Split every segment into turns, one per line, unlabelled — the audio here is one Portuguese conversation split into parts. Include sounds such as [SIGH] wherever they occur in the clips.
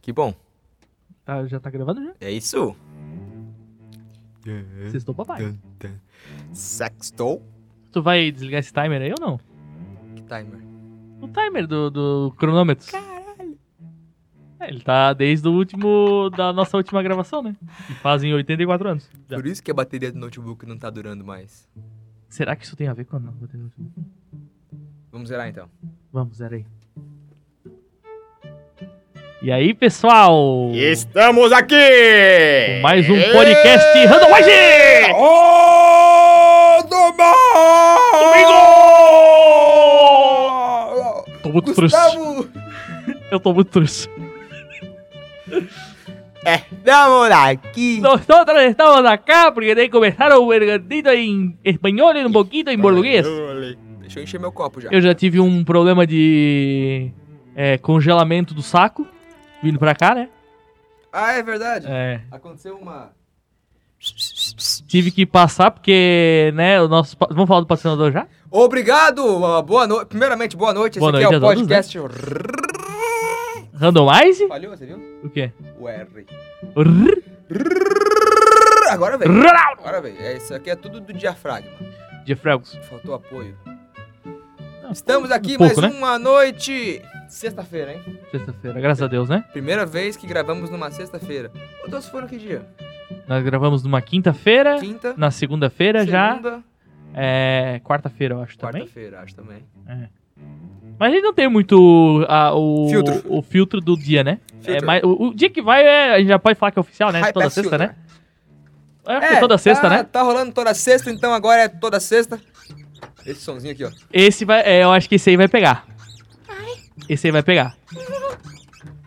Que bom.
Ah, já tá gravando já?
É isso.
Sextou, papai.
Sextou.
Tu vai desligar esse timer aí ou não?
Que timer?
O timer do, do cronômetro. Caralho. É, ele tá desde o último. da nossa última gravação, né? E fazem 84 anos. Já.
Por isso que a bateria do notebook não tá durando mais.
Será que isso tem a ver com a não? vou ter um último.
Vamos zerar então.
Vamos, zera aí. E aí, pessoal?
Estamos aqui!
Com mais um podcast randomize!
Domingo!
Tô muito triste.
Gustavo!
Eu tô muito triste.
É, Vamos aqui!
Nosotros estamos acá porque tem que começar o bergantino em espanhol e um pouquinho em português.
Deixa eu encher meu copo já.
Eu já tive um problema de é, congelamento do saco vindo pra cá, né?
Ah, é verdade.
É,
Aconteceu uma...
tive que passar porque, né, o nosso... pa- Vamos falar do patrocinador já?
Obrigado! uma boa noite. Primeiramente, boa noite. Esse
Boa
aqui
noite
é
a
o
todos, né?
podcast...
Randomize?
Falhou, você viu?
O quê?
O R.
Rrr,
Agora, velho.
rrr,
Agora, velho. É, Isso aqui é tudo do diafragma.
De frangos.
Faltou apoio.
Não,
Estamos aqui
pouco,
mais
né?
uma noite. Sexta-feira, hein?
Sexta-feira, graças a Deus, né?
Primeira vez que gravamos numa sexta-feira. Ô, Doce, foram que dia?
Nós gravamos numa quinta-feira,
Quinta,
na segunda-feira já,
segunda,
é, quarta-feira, eu acho, também.
quarta-feira, acho também.
Mas a gente não tem muito ah, o,
Filtro.
o filtro do dia, né? É,
Filtro.
mas o, o dia que vai, é, a gente já pode falar que é oficial, né?
High
Toda
Pass
sexta,
Filter.
né? Eu acho que é toda sexta,
tá,
né?
Tá rolando toda sexta, então agora é toda sexta. Esse sonzinho aqui, ó.
Esse vai. é, eu acho que esse aí vai pegar. Esse aí vai pegar.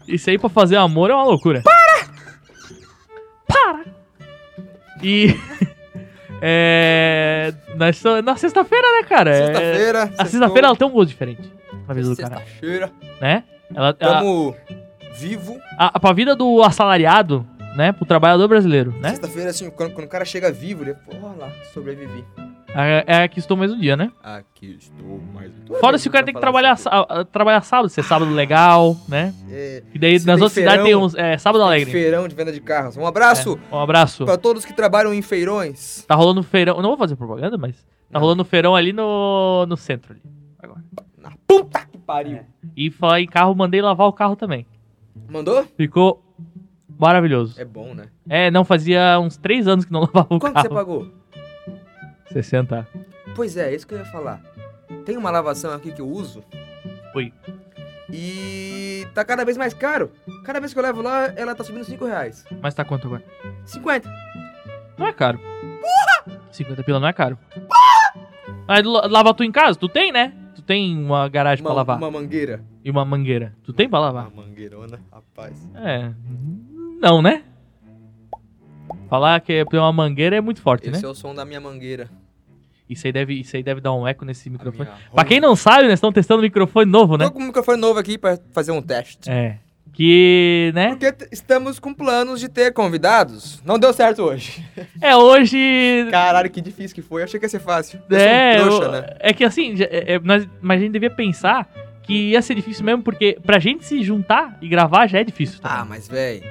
Isso aí pra fazer amor é uma loucura. Para! Para! E. [LAUGHS] é. Na, sexta- na sexta-feira, né, cara? É,
Sexta-feira.
a
sextou.
sexta-feira ela tem um gosto diferente. Na vida do cara,
Sexta-feira.
né? Ela, ela-
Tamo vivo.
a, pra vida do assalariado, né? Pro trabalhador brasileiro, né?
Sexta-feira, assim, quando, quando o cara chega vivo, ele... Porra lá, sobrevivi.
É, é a que estou mais um dia, né?
Aqui estou mais... um
Fora se o cara tem que trabalhar,
sábado.
sá- trabalhar sábado, ser sábado legal, né?
É,
E daí
Se
nas
tem
outras cidades tem
feirão,
uns. É, sábado alegre.
feirão de venda de carros. Um abraço
É, um abraço.
pra todos que trabalham em feirões.
Tá rolando um feirão. Não vou fazer propaganda, mas. Tá
Não.
rolando um feirão ali no, no centro. Ali.
Que pariu.
E falar em carro, mandei lavar o carro também.
Mandou?
Ficou maravilhoso.
É bom, né?
É, não, fazia uns três anos que não [LAUGHS] lavava o
Quanto
carro.
você pagou?
60.
Pois é, isso que eu ia falar. Tem uma lavação aqui que eu uso.
Oi.
E tá cada vez mais caro. Cada vez que eu levo lá, ela tá subindo 5 reais.
Mas tá quanto agora?
50.
Não é caro. Porra! 50 pila não é caro. Mas la- lava tu em casa? Tu tem, né? Tu tem uma garagem
Uma,
pra lavar
uma mangueira.
e uma mangueira. Tu tem pra lavar?
Uma mangueirona, rapaz.
É. Não, né? Falar que é uma mangueira é muito forte, né?
Esse é o som da minha mangueira.
Isso aí deve, isso aí deve dar um eco nesse
A
microfone.
minha
Pra quem não sabe, nós estamos testando um microfone novo, né?
Tô com um microfone novo aqui pra fazer um teste.
É. Que, né?
Porque t- estamos com planos de ter convidados. Não deu certo
[LAUGHS]
hoje.
É hoje.
Caralho, que difícil que foi. Achei que ia ser fácil. Eu sou um
É,
trouxa,
eu-
né?
é que assim, já- é- é- nós, mas a gente devia pensar que ia ser difícil mesmo, porque pra gente se juntar e gravar já é difícil. Tá?
Ah, mas véi.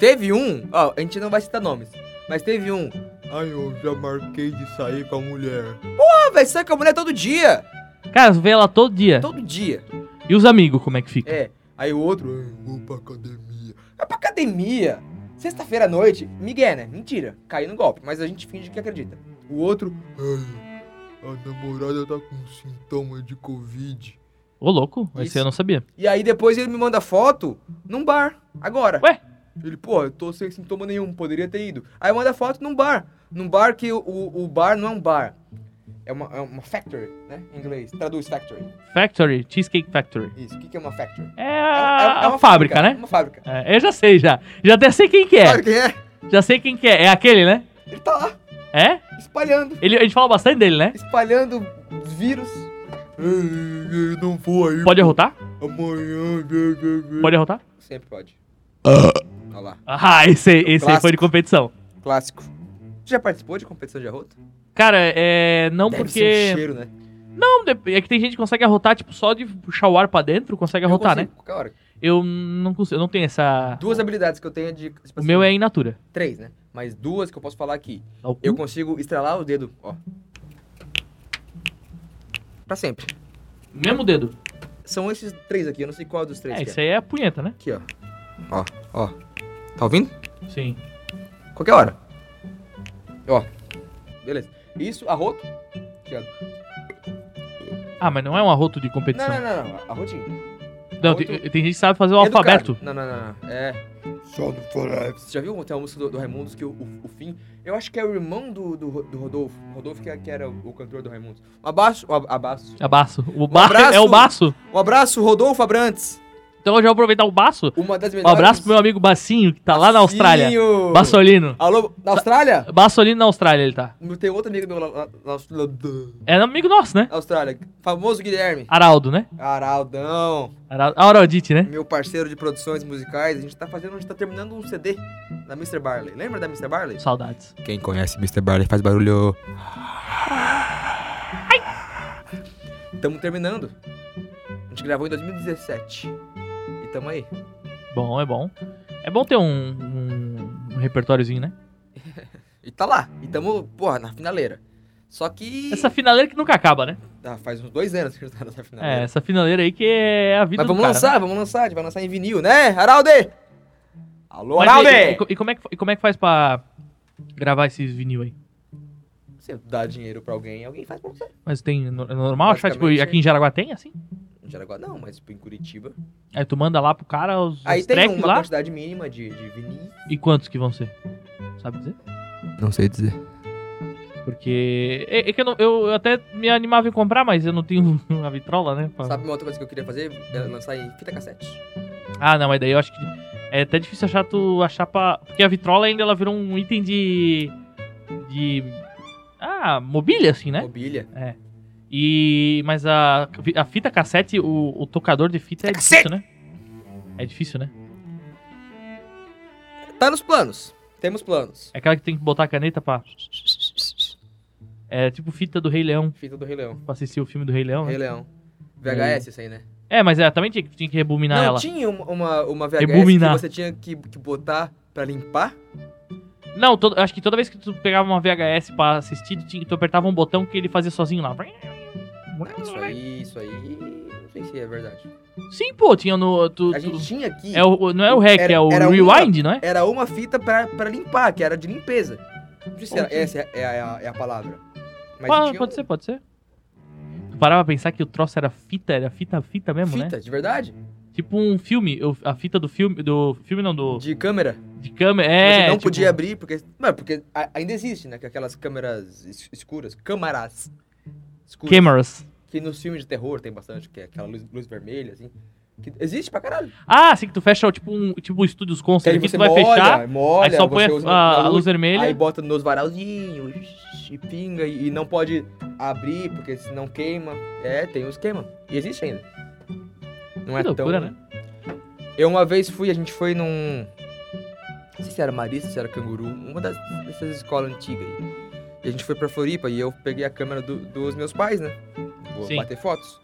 Teve um, ó, a gente não vai citar nomes, mas teve um. Ai, eu já marquei de sair com a mulher. Porra, velho, sai com a mulher todo dia!
Cara, você vê ela todo dia.
Ah. Todo dia.
E os amigos, como é que fica?
É. Aí o outro, "Ai, eu vou pra academia. Vai pra academia! Sexta-feira à noite, Miguel, né? Mentira, caiu no golpe, mas a gente finge que acredita. O outro, ai, a namorada tá com sintoma de Covid.
Ô, louco, mas
Isso.
eu não sabia.
E aí depois ele me manda foto num bar, agora.
Ué?
Ele, pô, eu tô sem sintoma nenhum, poderia ter ido. Aí manda foto num bar. Num bar que o, o, o bar não é um bar. É uma, é uma factory, né? Em inglês. Traduz factory.
Factory, Cheesecake Factory.
Isso. O que, que é uma factory?
É, a, a fábrica, né?
Uma fábrica.
É, eu já sei já. Já até sei quem que é.
Sabe quem é?
Já sei quem que é. É aquele, né?
Ele tá lá,
É?
espalhando.
Ele, a gente fala bastante dele, né?
Espalhando os vírus. Ei, ei, não vou aí.
Pode arrotar?
Amanhã. ei, ei, ei.
Pode arrotar?
Sempre pode. Olha lá.
Ah, esse, aí- esse aí
Clássico.
foi de competição.
Clássico. Você já participou de competição de arroto?
Cara, é. Não
Deve ser um
porque.
cheiro, né?
Não, de- é que tem gente que consegue arrotar, tipo, só de puxar o ar pra dentro, consegue
Eu
arrotar, né?
consigo, qualquer hora.
Eu não consigo, eu não tenho essa.
Duas habilidades que eu tenho é de. tipo
O
assim,
meu é in natura.
Três, né? Mas duas que eu posso falar aqui.
Ao cu.
Eu consigo estralar o dedo, ó. Pra sempre.
Mesmo dedo.
São esses três aqui, eu não sei qual dos três
É,
que
isso aí é a punheta, né?
Aqui, ó. Ó, ó. Tá ouvindo?
Sim.
Qualquer hora. Ó. Beleza. Isso, arroto. Aqui, ó.
Ah, mas não é um arroto de
Não,
competição.
não, é não, não. Arrotinho.
Não,
arroto-
tem, tem gente que sabe fazer o
É do
alfabeto.
cara. Não, não, não, não. É. Só no Você já viu? Tem uma música do, do Raimundos que o, o, o fim. Eu acho que é o irmão do, do, Ro- do Rodolfo. Rodolfo que, é- que era o, o cantor do Raimundos. Um abraço. Um ab- abraço.
Abaço. É O ba...
Um abraço.
É o baço.
Um abraço, Rodolfo Abrantes.
Então eu já vou aproveitar o baço.
Uma das
Um
melhores.
abraço pro meu amigo Bacinho, que tá lá na Austrália.
Sim.
Bassolino.
Alô, na Austrália?
Bassolino na Austrália ele tá.
Não Tem outro amigo meu lá, lá- lá- lá-
É amigo nosso, né?
na Austrália. Famoso Guilherme.
Araldo, né?
Araldão.
Araldo... Araldite, né?
Meu parceiro de produções musicais. A gente tá fazendo, a gente tá terminando um CD da Mr. Barley. Lembra da Mr. Barley?
Saudades.
Quem conhece Mr. Barley faz barulho. Tamo terminando. A gente gravou em 2017. E tamo aí.
Bom, é bom. É bom ter um, um- um repertóriozinho, né?
E tá lá. E tamo, porra, na finaleira. Só que.
Essa finaleira que nunca acaba, né?
Ah, faz uns dois anos que a gente tá nessa
É,
finaleira.
essa finaleira aí que é a vida
Mas
do
vamos
cara,
lançar,
né?
vamos lançar. A gente vai lançar em vinil, né, Araldi? Alô,
Mas
Araldi!
e, e- e co- e como é que, e como é que faz pra gravar esses vinil aí?
Você dá dinheiro pra alguém, alguém faz pra você.
Mas tem no- é normal achar, tipo,
Basicamente,
aqui em Jaraguá tem assim?
Em Jaraguá não, mas tipo, em Curitiba.
Aí tu manda lá pro cara os,
Aí
os
tem
tracks
uma
lá.
quantidade mínima de, de vinis.
E quantos que vão ser? Sabe dizer?
Não sei dizer.
Porque. É, é que eu, não- eu- eu até me animava em comprar, mas eu não tenho [LAUGHS] a vitrola, né? pra-
Sabe uma outra coisa que eu queria fazer? Era lançar em fita cassete.
Ah, não, mas daí eu acho que. É até difícil achar tu achar pra. Porque a vitrola ainda ela virou um item de. de. Ah, mobília, assim, né?
Mobília.
E. Mas a, a fita cassete, o, o tocador de fita é difícil, né? É difícil, né?
Tá nos planos. Temos
[LAUGHS]
planos.
É aquela que tem que botar a caneta pra. É tipo fita do Rei Leão,
Fita do Rei Leão.
pra assistir o filme do Rei Leão, né?
Rei Leão. VHS isso aí, né?
É, mas ela também tinha, que- tinha que rebobinar
não,
ela.
tinha uma, uma, uma VHS
Rebobinar.
que você tinha que, que botar pra limpar.
Não, todo- acho que toda vez que tu pegava uma VHS pra assistir, tu, tinha- tu apertava um botão que ele fazia sozinho lá.
Não, isso aí, isso aí... Não sei se é verdade.
Sim, pô, tinha no. tu-
A
tu-
gente tinha aqui...
é o, não é o REC,
Era-
é o
era uma-
Rewind, não é?
Era uma fita pra, pra limpar, que era de limpeza. Não sei se era, essa é, a- é a, é a palavra. Mas
Ah,
tinha
pode
um-
ser, pode ser. Tu parava pra pensar que o troço era fita, era fita, fita mesmo, né?
Fita, de verdade?
Tipo um filme, eu- a fita do filme, do filme não, do,
De câmera.
de câmera, é...
você assim, não
tipo,
podia abrir, porque. Mano, porque a- ainda existe, né? que Aquelas câmeras es- escuras. Câmaras. Escuras.
Cameras.
Que nos filmes de terror tem bastante, que é aquela luz, luz vermelha, assim. Que existe pra caralho.
Ah, assim que tu fecha, tipo um, tipo um estúdios concert, que tu vai fechar,
molha,
aí só põe
você
a,
usa
a-
na
a luz vermelha.
Aí bota nos varalzinhos e pinga e, e não pode abrir, porque senão queima. É, tem um esquema. E existe ainda. Não é
Que
tão.
loucura, né?
Eu uma vez fui, a gente foi num. Não sei se era Marista, se era Canguru, uma das, dessas escolas antigas aí. E a gente foi pra Floripa e eu peguei a câmera do- dos meus pais, né? Vou
Sim.
bater fotos.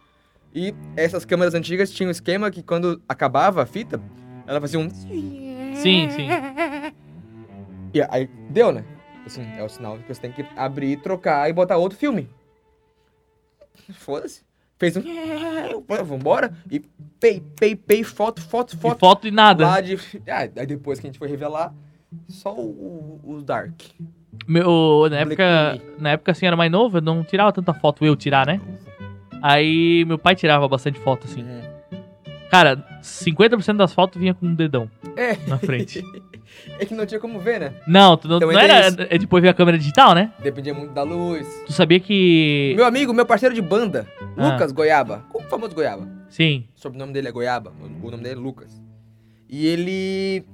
E essas câmeras antigas tinham um esquema que quando acabava a fita, ela fazia um.
Sim, sim.
E aí deu, né? Assim, é o sinal que você tem que abrir, trocar e botar outro filme. Foda-se. Fez um. [LAUGHS] "Pô, Vambora. E pei, pei, pei, foto, foto,
Foto,
foto.
foto e nada.
Lá de. Ah, aí depois que a gente foi revelar, só o, o- o Dark.
Meu, na época,
Black
na época assim, era mais novo, eu não tirava tanta foto eu tirar, né? Aí meu pai tirava bastante foto assim.
Uhum.
Cara, 50% das fotos vinha com um dedão
É.
na frente.
[LAUGHS] É que não tinha como ver, né?
Não, tu não,
Também
não
tem
era.
isso.
É depois ver a câmera digital, né?
Dependia muito da luz.
Tu sabia que.
Meu amigo, meu parceiro de banda,
Ah.
Lucas Goiaba. Como famoso Goiaba?
Sim.
O sobrenome dele é Goiaba. O o nome dele é Lucas. E ele.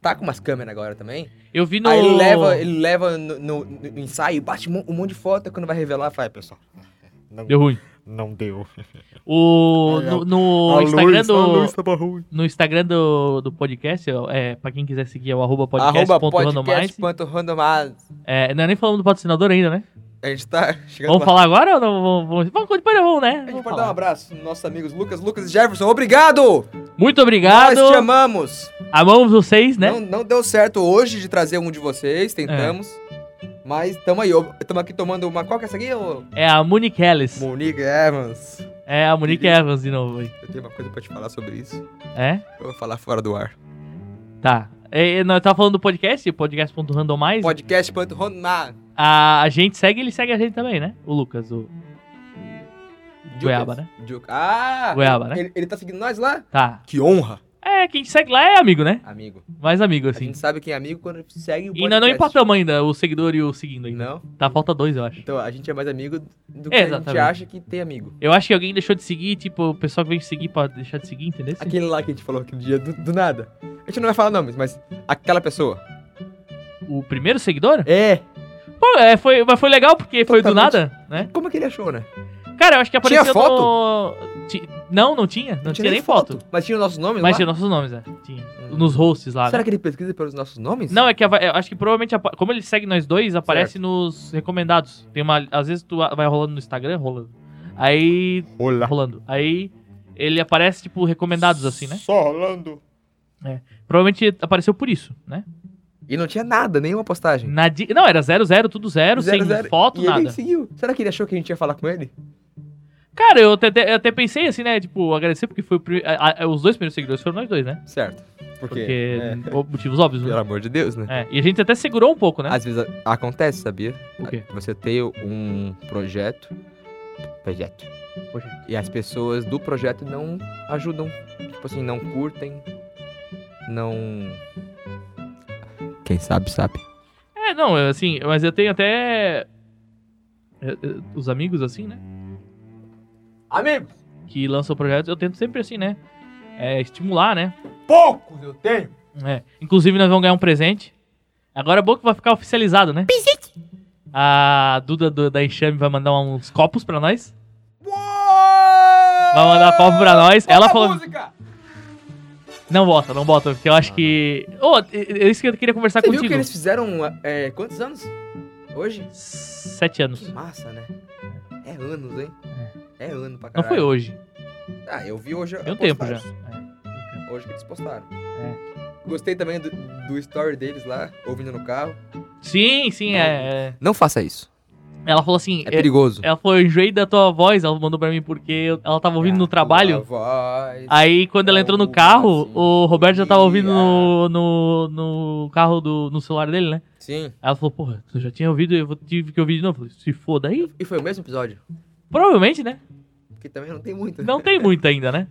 Tá com umas câmeras agora também.
Eu vi no.
Aí ele leva, ele leva no, no- no ensaio, bate um mon- um monte de foto, aí quando vai revelar, fala, "Ai, pessoal,
Não
Deu ruim.
Não deu.
O. No, no
a
Instagram
luz, a luz
tá-
do.
tava ruim.
No Instagram do, do podcast, é, pra quem quiser seguir, é o arroba
arroba
podcast.randomize.
podcast.randomize.
É, não é nem falando do patrocinador ainda, né?
A gente tá [LAUGHS] chegando
Vamos
lá.
falar agora ou não? Vamos, vamos, vamos depois vamos, né?
A gente
Vamos
pode
falar.
dar um abraço nos nossos amigos Lucas, Lucas e Jefferson. Obrigado!
Muito obrigado.
Nós te amamos.
Amamos vocês, né?
Não, não deu certo hoje de trazer um de vocês, tentamos. Mas tamo aí. Tamo aqui tomando uma... Qual que é essa aqui, ô?
É a Monique Ellis.
Monique Evans.
É a Monique
Monique.
Evans de novo. aí.
Eu tenho uma coisa pra te falar sobre isso.
É?
Eu vou falar fora do ar.
Tá. É, é, nós tava falando do podcast, podcast.randomize.
Podcast.ronar.
A, a gente segue, ele segue a gente também, né? O Lucas, o Goiaba, né?
Juca. Ah!
Goiaba, né?
Ele, ele tá seguindo nós lá?
Tá.
Que honra,
É, quem te segue lá é amigo, né?
amigo.
Mais amigo,
A
assim.
gente sabe quem é amigo quando segue o
E ainda não
podcast.
empatamos ainda, o seguidor e o seguindo ainda.
Não?
Tá, falta dois, eu acho.
Então a gente é mais amigo do que a gente
Exatamente.
acha que tem amigo.
Eu acho que alguém deixou de seguir, tipo, o pessoal que vem seguir pra deixar de seguir, entendeu?
Aquele lá que a gente falou aquele dia do, do nada. A gente não vai falar nomes, mas aquela pessoa.
O primeiro seguidor?
É.
Pô, é, foi, mas foi legal porque foi do
Totalmente.
nada, né?
Como é que ele achou, né?
Cara, eu acho que
Tinha
apareceu no... Ti- Não, não tinha. Não, tinha, nem foto.
Mas tinha os nossos nomes
Mas
lá?
tinha nossos nomes, né? Tinha.
Hum.
Nos hosts lá, né?
Será que ele pesquisa pelos nossos nomes?
Não, é que ava- eu acho que provavelmente, apa- como ele segue nós dois, aparece nos recomendados. Tem uma. Às vezes tu a- vai rolando no Instagram, rolando. Aí.
Tá.
Olá.
Rolando. Aí ele aparece, tipo, recomendados, assim, né?
Só rolando.
Provavelmente apareceu por isso, né?
E não tinha nada, nenhuma postagem.
Na di- Não, era zero, zero, tudo zero,
Zero,
sem
zero.
foto,
e ele
nada.
seguiu. Será que ele achou que a gente ia falar com ele?
Cara, eu até, eu até pensei assim, né? Tipo, agradecer porque foi o pri- a- a- os dois primeiros seguidores foram nós dois, né?
Certo. Porque,
Porque.
é,
o- Motivos óbvios,
pelo
né?
amor de Deus, né?
É, e a gente até segurou um pouco, né?
Às vezes a- acontece, sabia?
O quê?
Você tem um projeto. Projeto.
Poxa.
E as pessoas do projeto não ajudam. Tipo assim, não curtem. Não. Quem sabe, sabe.
É, não, eu, assim, mas eu tenho até. eu- eu- Os amigos, assim, né?
Amigo,
que lançam projetos, eu tento sempre assim, né? É, estimular, né?
poucos eu tenho.
É, Inclusive, nós vamos ganhar um presente. Agora é bom que vai ficar oficializado, né? Presente! A Duda do- da Enxame vai mandar uns copos pra nós. Vai mandar copo pra nós. Ela falou.
Música.
Não bota, não bota, porque eu acho que. Ô, é é isso que eu queria conversar
Ah, Você viu
contigo.
que eles fizeram é, quantos anos? Hoje?
Sete anos.
Que massa, né? É anos, hein? É, ano pra
Não
caralho.
foi hoje.
Ah, eu vi hoje.
Tem um
a
tempo já.
postagem.
É.
Hoje que eles postaram.
É.
Gostei também do, do story deles lá, ouvindo no carro.
Sim, sim, é. é.
Não faça isso.
Ela falou assim. é-
perigoso.
ela falou, eu enjoei da tua voz. Ela mandou pra mim porque eu- ela tava
Ah,
ouvindo no trabalho. Aí quando
É
ela entrou no carro,
assim.
o Roberto já tava ouvindo
ah.
no, no, no carro do no celular dele, né?
Sim.
Aí Ela falou, porra, eu já tinha ouvido, eu vou- tive que ouvir de novo. Eu falei, se foda aí.
E foi o mesmo episódio?
Provavelmente, né?
Porque também não tem muito.
Não tem muito ainda, né?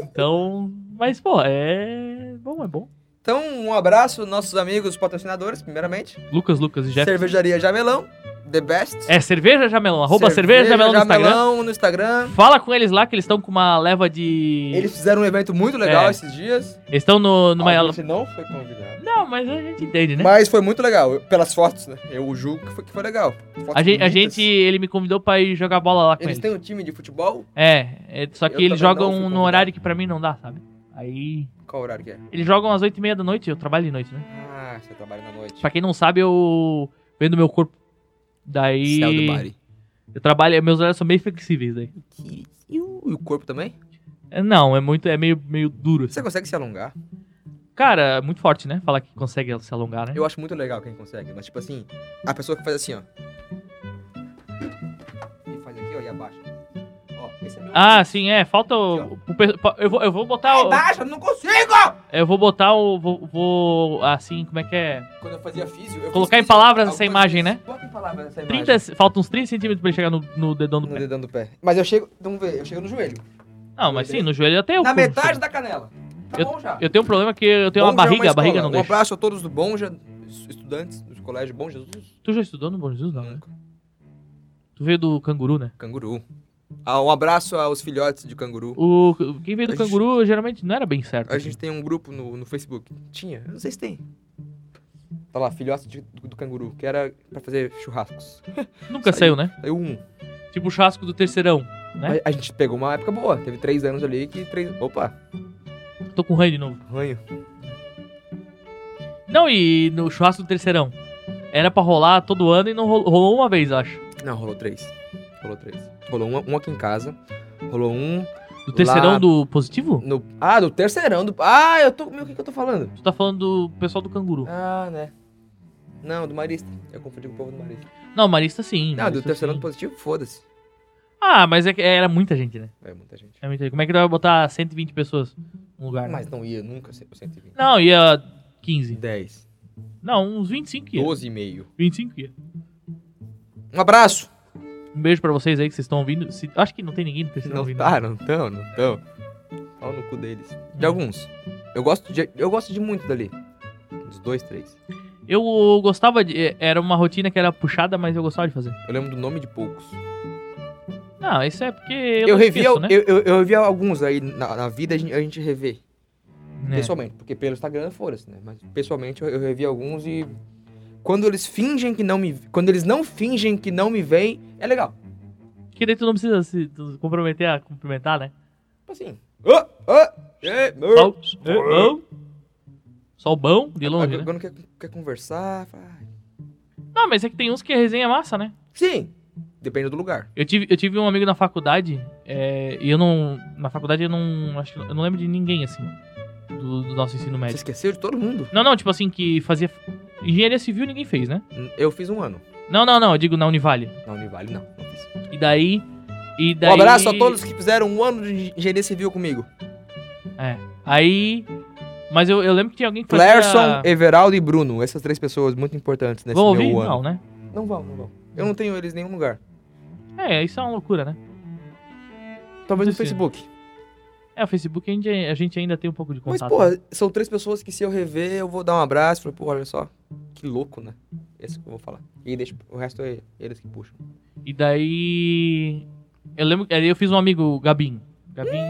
Então, mas, pô, é bom, é bom.
Então, um abraço, nossos amigos patrocinadores, primeiramente.
Lucas, Lucas e Jeff.
Cervejaria Jamelão, The Best.
É, cerveja Jamelão, arroba cerveja, Jamelão no Instagram.
Jamelão no Instagram.
Fala com eles lá que eles estão com uma leva de...
Eles fizeram um evento muito legal
É.
esses dias.
Eles estão no, numa...
A gente não foi convidado.
Não, mas a gente entende, né?
Mas foi muito legal, eu- pelas fotos, né? Eu julgo que foi, que foi legal. Fotos
A gente, a
bonitas.
gente, ele me convidou pra ir jogar bola lá com
Eles
eles.
têm um time de futebol?
É, é, só
Eu
que eles
também
jogam
não fui
no
convidado.
horário que pra mim não dá, sabe? Aí.
Qual horário que é?
Eles jogam às 8h30 da noite, eu trabalho de noite, né?
Ah, você trabalha na noite.
Pra quem não sabe, eu vendo meu corpo. Daí.
Céu do body.
Eu trabalho, meus horários são meio flexíveis daí.
Que- E o, e o corpo também?
É, Não, é muito, é meio, meio duro. assim.
Você consegue se alongar?
Cara, é muito forte, né? Falar que consegue se alongar, né?
Eu acho muito legal quem consegue, mas tipo assim, a pessoa que faz assim, ó. E faz aqui, ó, e abaixa. Ó, esse é meu.
Ah, tá, sim, é, falta o. o pe- pa- eu, vou, eu vou botar o.
Abaixa, eu não consigo!
Eu vou botar o. Vou, vou- Assim, como é que é?
Quando eu fazia físio, eu
Colocar em
fiz físio
palavras essa
algumas
imagem,
vezes.
né?
Coloca em palavras essa imagem.
30, faltam uns 30 centímetros pra ele chegar no, no dedão do
no
pé.
dedão do pé. Mas eu chego, vamos ver, eu chego no joelho.
Não, mas sim, no joelho até eu.
na
curvo,
metade da canela. Tá bom já.
Eu tenho um problema que eu tenho uma
Bonja é
barriga, a barriga
escola.
não
Um
deixa.
abraço a todos do Bonja, es- estudantes do colégio Bom Jesus.
Tu já estudou no Bom Jesus? Não, né?
Nunca.
Tu veio do canguru, né?
Canguru. Ah, um abraço aos filhotes de canguru.
O, quem veio do
A gente-
canguru geralmente não era bem certo. assim.
A gente tem um grupo no, no Facebook. Tinha? Eu não sei se tem. Tá lá, filhotes de- do, do canguru, que era pra fazer churrascos.
Nunca
saiu.
saiu, né?
Saiu um.
Tipo o churrasco do terceirão. Né?
A, a gente pegou uma época boa. Teve três anos ali que três. Opa,
Tô com ranho de novo.
ranho.
Não, e no churrasco do terceirão. Era pra rolar todo ano e não rolou, rolou uma vez, acho.
Não, rolou três. Rolou três. Rolou um, um aqui em casa. Rolou um
Do terceirão
Lá-
do positivo?
no. Ah, do terceirão do. Ah, eu tô. Meu, o que, que eu tô falando?
Tu tá falando do pessoal do canguru.
Ah, né? Não, do Marista. Eu confundi com o povo do Marista.
Não, Marista sim.
Não, Ah, do
Marista,
terceirão
sim.
do positivo, foda-se.
Ah, mas é que era muita gente, né?
É muita gente.
Era muita gente. Como é que tu vai botar 120 pessoas num lugar? né?
Mas não ia nunca, cem- 120.
Não, ia 15.
10,
Não, uns 25 ia.
12 e meio.
25 ia.
Um abraço!
Um beijo pra vocês aí que vocês estão ouvindo. Se- Acho que não né? tem ninguém que vocês estão
Não
ouvindo.
tá, não tão, não tão. Pau no cu deles.
Hum.
De alguns. Eu gosto de, eu gosto de muito dali. Dos dois, três.
Eu gostava de. é, Era uma rotina que era puxada, mas eu gostava de fazer.
Eu lembro do nome de poucos.
Não, isso é porque.
Eu,
Eu, não
revi,
esqueço,
al-
né?
eu, eu, eu revi alguns aí na, na vida, a gente, a gente revê.
É.
Pessoalmente, porque pelo Instagram foram-se, né? Mas pessoalmente eu, eu revi alguns e. Quando eles fingem que não me. Quando eles não fingem que não me veem, é legal.
Que daí tu não precisa se tu comprometer a cumprimentar, né?
Tipo assim. Ah, ah, é, meu.
Só, o- só o bom de longe, né?
Agora não quer, quer conversar. fala, "Ai".
Não, mas é que tem uns que a resenha é massa, né?
Sim, depende do lugar.
Eu tive, eu tive um amigo na faculdade, é, e eu não. Na faculdade eu não. Acho que eu não lembro de ninguém, assim. Do, do nosso ensino
Você
médio.
esqueceu de todo mundo.
Não, não, tipo assim, que fazia. Engenharia civil ninguém fez, né?
Eu fiz um ano.
Não, não, não, eu digo na Univale.
Na Univale, não, não fiz.
E daí. E daí
Um abraço a todos que fizeram um ano de engenharia civil comigo.
Aí. Mas eu, eu lembro que tinha alguém que
Clerson,
fazia...
Everaldo e Bruno. Essas três pessoas muito importantes nesse
Vão
meu
ouvir?
ano.
Não, né?
Não vão, não vão. Eu não tenho eles em nenhum lugar.
É, isso é uma loucura, né?
Talvez no
Sim.
Facebook.
É, o Facebook a gente, a gente ainda tem um pouco de
Mas,
contato.
porra, são três pessoas que se eu rever, eu vou dar um abraço. Falei, porra, olha só. Que louco, né? Esse que eu vou falar. E deixa, o resto é eles que puxam.
E daí. Eu lembro. Aí eu fiz um amigo, o Gabin. Gabin.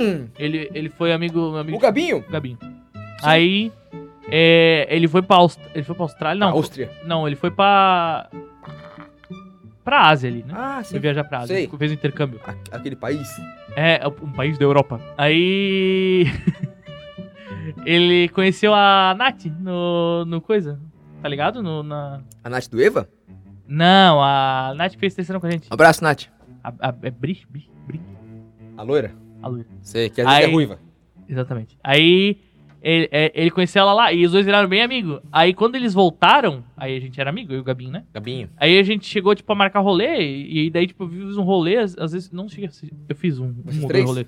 Hum,
Ele, ele foi amigo. meu amigo
o Gabinho?
de- Gabin. Aí. é, ele foi pra Aust... Ele foi pra Austrália? Não.
Áustria.
Não, ele foi pra. Pra Ásia ali, né?
Ah,
foi
sim.
viajar pra Ásia.
sei.
Ele Fez um intercâmbio.
A- Aquele país.
É, um país da Europa. Aí. [LAUGHS] ele conheceu a Nath no, no coisa. Tá ligado? No, na...
A Nath do Eva?
Não, a Nath fez terceiro com a gente.
Abraço, Nath.
A, a, é Bri, Bri, Bri,
A loira?
a loira.
Sei, que às vezes
Aí-
é ruiva.
Exatamente. Aí. Ele, é, ele conheceu ela lá e os dois viraram bem amigo. Aí quando eles voltaram, aí a gente era amigo, eu e o Gabinho, né?
Gabinho.
Aí a gente chegou, tipo, a marcar rolê, e, e daí, tipo, eu fiz um rolê, às, às vezes, não cheguei a ser- eu fiz um,
Vocês
um ou dois
três?
rolê.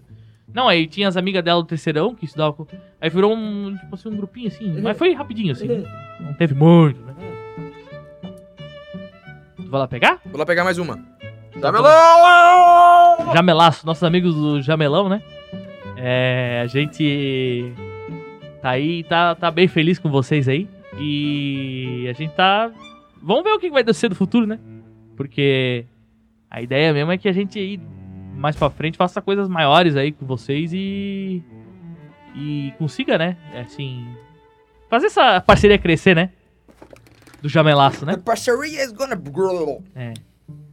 Não, aí tinha as amigas dela do terceirão, que estudavam com... Aí virou um, tipo assim, um grupinho, assim,
Uhum.
mas foi rapidinho, assim, não teve muito, né? Tu vai lá pegar?
Vou lá pegar mais uma.
Tá Jamelaço, nossos amigos do Jamelão, né? É, a gente tá aí, tá, tá bem feliz com vocês aí, e a gente tá... Vamos ver o que vai ser do futuro, né? Porque a ideia mesmo é que a gente aí mais pra frente faça coisas maiores aí com vocês e. E consiga, né? Assim. Fazer essa parceria crescer, né? Do Jamelaço, né?
The passeria is gonna grow.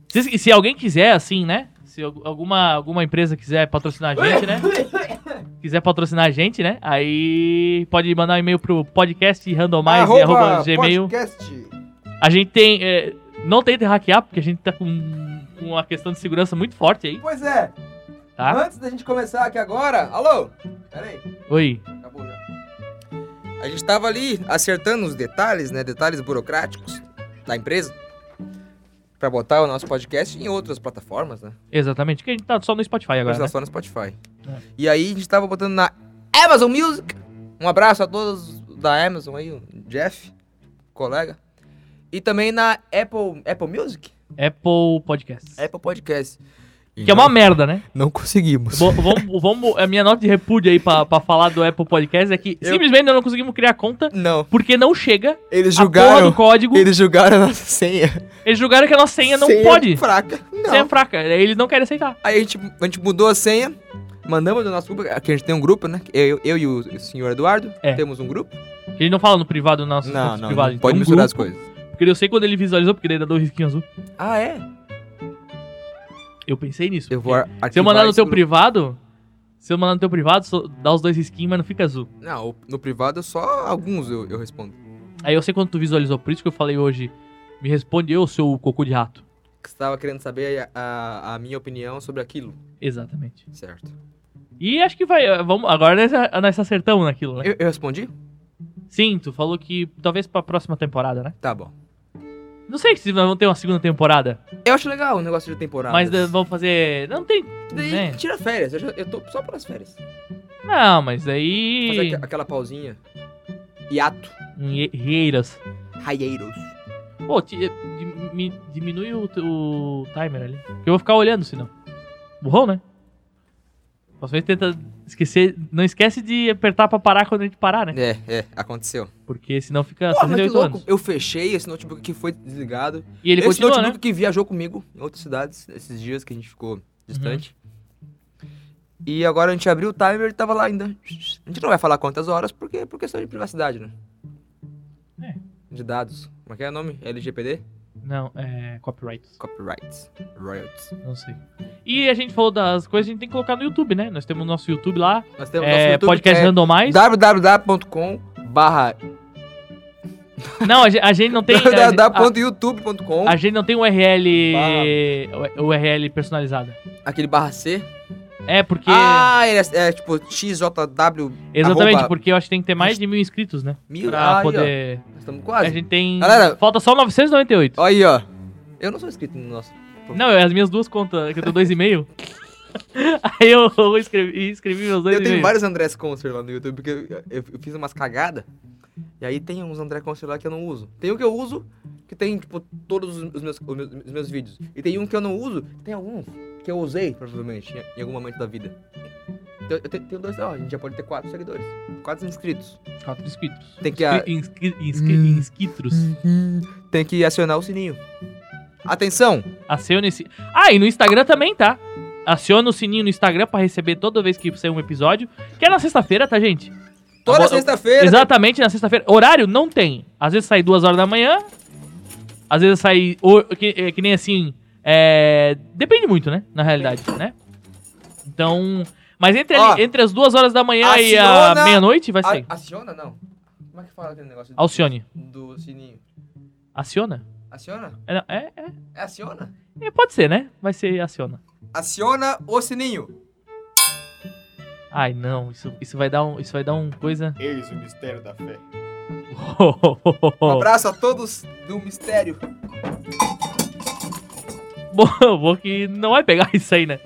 Se, se alguém quiser, assim, né? Se al- alguma, alguma empresa quiser patrocinar a gente, né? Quiser patrocinar a gente, né? Aí pode mandar um e-mail pro podcast randomize.gmail.
podcast.
A gente tem. é, não tenta hackear, porque a gente tá com, com uma questão de segurança muito forte aí,
Pois é,
tá?
antes da gente começar aqui agora... Alô? Pera aí,
Oi.
acabou já. A gente tava ali acertando os detalhes, né? Detalhes burocráticos da empresa. Pra botar o nosso podcast em outras plataformas, né?
Exatamente, porque a gente tá só no Spotify agora.
Agora,
né?
só no Spotify.
É.
E aí a gente tava botando na Amazon Music. Um abraço a todos da Amazon aí, o Jeff, colega. E também na Apple, Apple Music?
né? Apple Podcasts.
Apple Podcast. E
Que é
não-
uma merda, né?
Não conseguimos.
Bo- vamos, vamos, a minha nota de repúdio aí pra, pra falar do Apple Podcast é que
Eu-
simplesmente nós não conseguimos criar conta
Não,
porque não chega
eles
a porra
julgaram.
do código.
Eles julgaram a nossa senha.
Eles julgaram que a nossa senha não pode.
é Fraca. Não.
Senha é fraca. Eles não querem aceitar.
Aí a gente, a gente mudou a senha, mandamos do nosso grupo. Aqui a gente tem um grupo, né? Eu, eu e o senhor Eduardo
É.
temos um grupo.
A gente não fala no privado, no nosso nosso privado. a gente
pode
tem um
misturar as
grupo,
coisas.
Porque eu sei quando ele visualizou, porque daí dá dois risquinhos azul.
Ah, é?
Eu pensei nisso.
Eu vou
porque
arquivar
Se eu mandar no
esse
teu
grupo.
privado. Se eu mandar no teu privado, só dá os dois risquinhos, mas não fica azul.
Não, o- no privado só alguns eu, eu respondo.
Aí eu sei quando tu visualizou, por isso que eu falei hoje, me responde eu, seu cocô de rato.
Que você estava querendo saber a, a- a minha opinião sobre aquilo,
Exatamente.
certo?
E acho que vai. eh, Vamos, agora nós, nós acertamos naquilo, né?
Eu, eu respondi?
Sim, tu falou que talvez pra próxima temporada, né?
Tá bom.
Não sei se nós vamos ter uma segunda temporada,
Eu acho legal o negócio de temporada.
mas nós vamos fazer. Não tem.
Daí
né?
tira férias, eu, já- eu tô só pelas férias.
Não, mas
Fazer
aí.
aqua- aquela pausinha. Hiato.
Em Rieiras.
Raieiros.
Pô, ti- eh, di- mi- diminui o, t- o timer ali. Porque eu vou ficar olhando, senão. Burrão, né? Às vezes tenta esquecer. Não esquece de apertar pra parar quando a gente parar, né?
É, é, aconteceu.
Porque senão fica
Porra, mas que
68
louco.
anos.
Eu fechei esse notebook que foi desligado.
E ele
esse
continua, né?
notebook que viajou comigo em outras cidades esses dias que a gente ficou distante.
Uhum.
E agora a gente abriu o timer e ele tava lá ainda. A gente não vai falar quantas horas porque é por questão de privacidade, né?
É.
De dados. Como é que é o nome? LGPD?
Não, é. Copyright.
Copyrights. Royalties.
Não sei. E a gente falou das coisas, a gente tem que colocar no YouTube, né? Nós temos o nosso YouTube lá.
Nós temos
é,
nosso YouTube que
podcast
é
randomize.
www.com barra
Não, a gente, a gente
[LAUGHS]
não tem. a, gente- a-
www.youtube.com
a gente não tem URL. URL personalizada.
aquele barra C.
É, porque.
Ah, ele é, é tipo XJW
exatamente,
arroba-
porque eu acho que tem que ter mais de mil inscritos, né?
mil.
Pra
aí,
poder.
ó. Nós estamos
A
quase.
gente tem.
Galera-
Falta só 998.
Aí, ó. Eu não sou inscrito no nosso.
Não, é as minhas duas contas, que eu tô dois e meio. [LAUGHS] Aí eu escrevi, escrevi meus dois
Eu
e
tenho
meio.
vários Andrés Concer lá no YouTube, porque eu, eu- eu fiz umas cagadas. E aí tem uns André Concer lá que eu não uso. Tem um que eu uso, que tem, tipo, todos os meus, os meus, os meus vídeos. E tem um que eu não uso, que tem alguns que eu usei, provavelmente, em- em algum momento da vida. Então, eu te- tenho dois, ó, a gente já pode ter quatro seguidores. Quatro inscritos.
Quatro inscritos.
Tem que a-
Inscri- inscri-
Ah. Hum.
Inscritos.
Tem que acionar o sininho. Atenção!
Acione esse. Ah, e no Instagram também, tá? Aciona o sininho no Instagram pra receber toda vez que sair um episódio. Que é na sexta-feira, tá, gente?
Toda
Agora-
sexta-feira.
Exatamente na sexta-feira. Horário não tem. Às vezes sai duas horas da manhã. Às vezes sai. o- Que, é, que nem assim. É... Depende muito, né? Na realidade, né? Então. Mas entre,
Ó,
ali- entre as duas horas da manhã e
aciona-
a meia-noite vai sair.
A, aciona, não? Como é que fala aquele negócio do-
Alcione.
do sininho?
Aciona?
Aciona?
É, não, é- é-
É aciona?
é, pode ser, né? Vai ser aciona.
Aciona o sininho.
Ai, não. Isso, isso vai dar um. Isso vai dar um coisa.
Eis o mistério da
[LAUGHS]
fé.
Um abraço a todos do mistério.
Bom, [LAUGHS] bom que não vai pegar isso aí, né?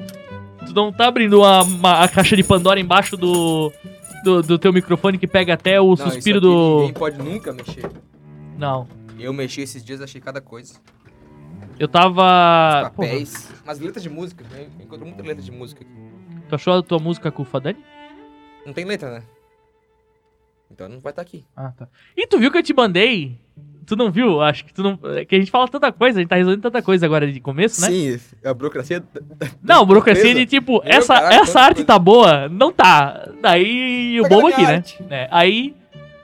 Tu não tá abrindo uma, uma- a caixa de Pandora embaixo do, do, do teu microfone que pega até o
isso
suspiro
aqui
do.
Ninguém pode nunca mexer.
Não.
Eu mexi esses dias, achei cada coisa.
Eu tava. Pô,
Papéis. Umas letras de música. né? Eu encontro muita letra de música aqui.
tu achou a tua música com o Fadani?
Não tem letra, né? Então não vai estar aqui.
Ah, tá. E tu viu que eu te mandei? Tu não viu? Acho que tu não. É que a gente fala tanta coisa, a gente tá resolvendo tanta coisa agora de começo, né?
Sim, a burocracia.
Não, burocracia
Beleza.
de
Meu,
tipo, essa,
caraca,
essa
quanta
arte tá boa, não tá. Daí o
Pega
bobo
minha
aqui, né?
arte.
né? Aí,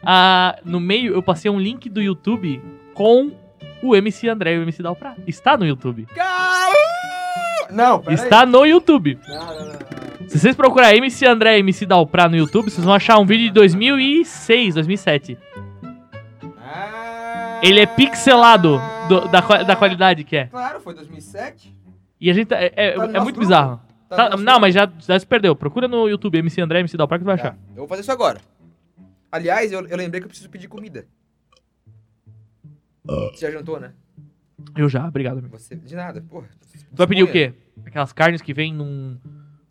a- no meio, eu passei um link do YouTube com o MC André e o MC Dalprá. Está no YouTube.
Cara- Não, peraí.
Está no YouTube.
Não, não, não, não.
Se vocês procurarem MC André e MC Dalprá no YouTube, vocês vão achar um vídeo de 2006, 2007.
Ah.
Ele é pixelado do- da, qua- da qualidade que é.
Claro, foi 2007.
E a gente... tá- É, é-
Tá no
é
nosso
muito
grupo?
bizarro.
Tá
Tá-
no nosso
não,
grupo.
mas já, já se perdeu. Procura no YouTube MC André e MC Dalprá que tu vai achar.
Tá, eu vou fazer isso agora. Aliás, eu, eu lembrei que eu preciso pedir comida. Você já jantou, né?
Eu já, obrigado, amigo.
Você. De nada, porra.
Tu vai pedir o quê? Aquelas carnes que vem num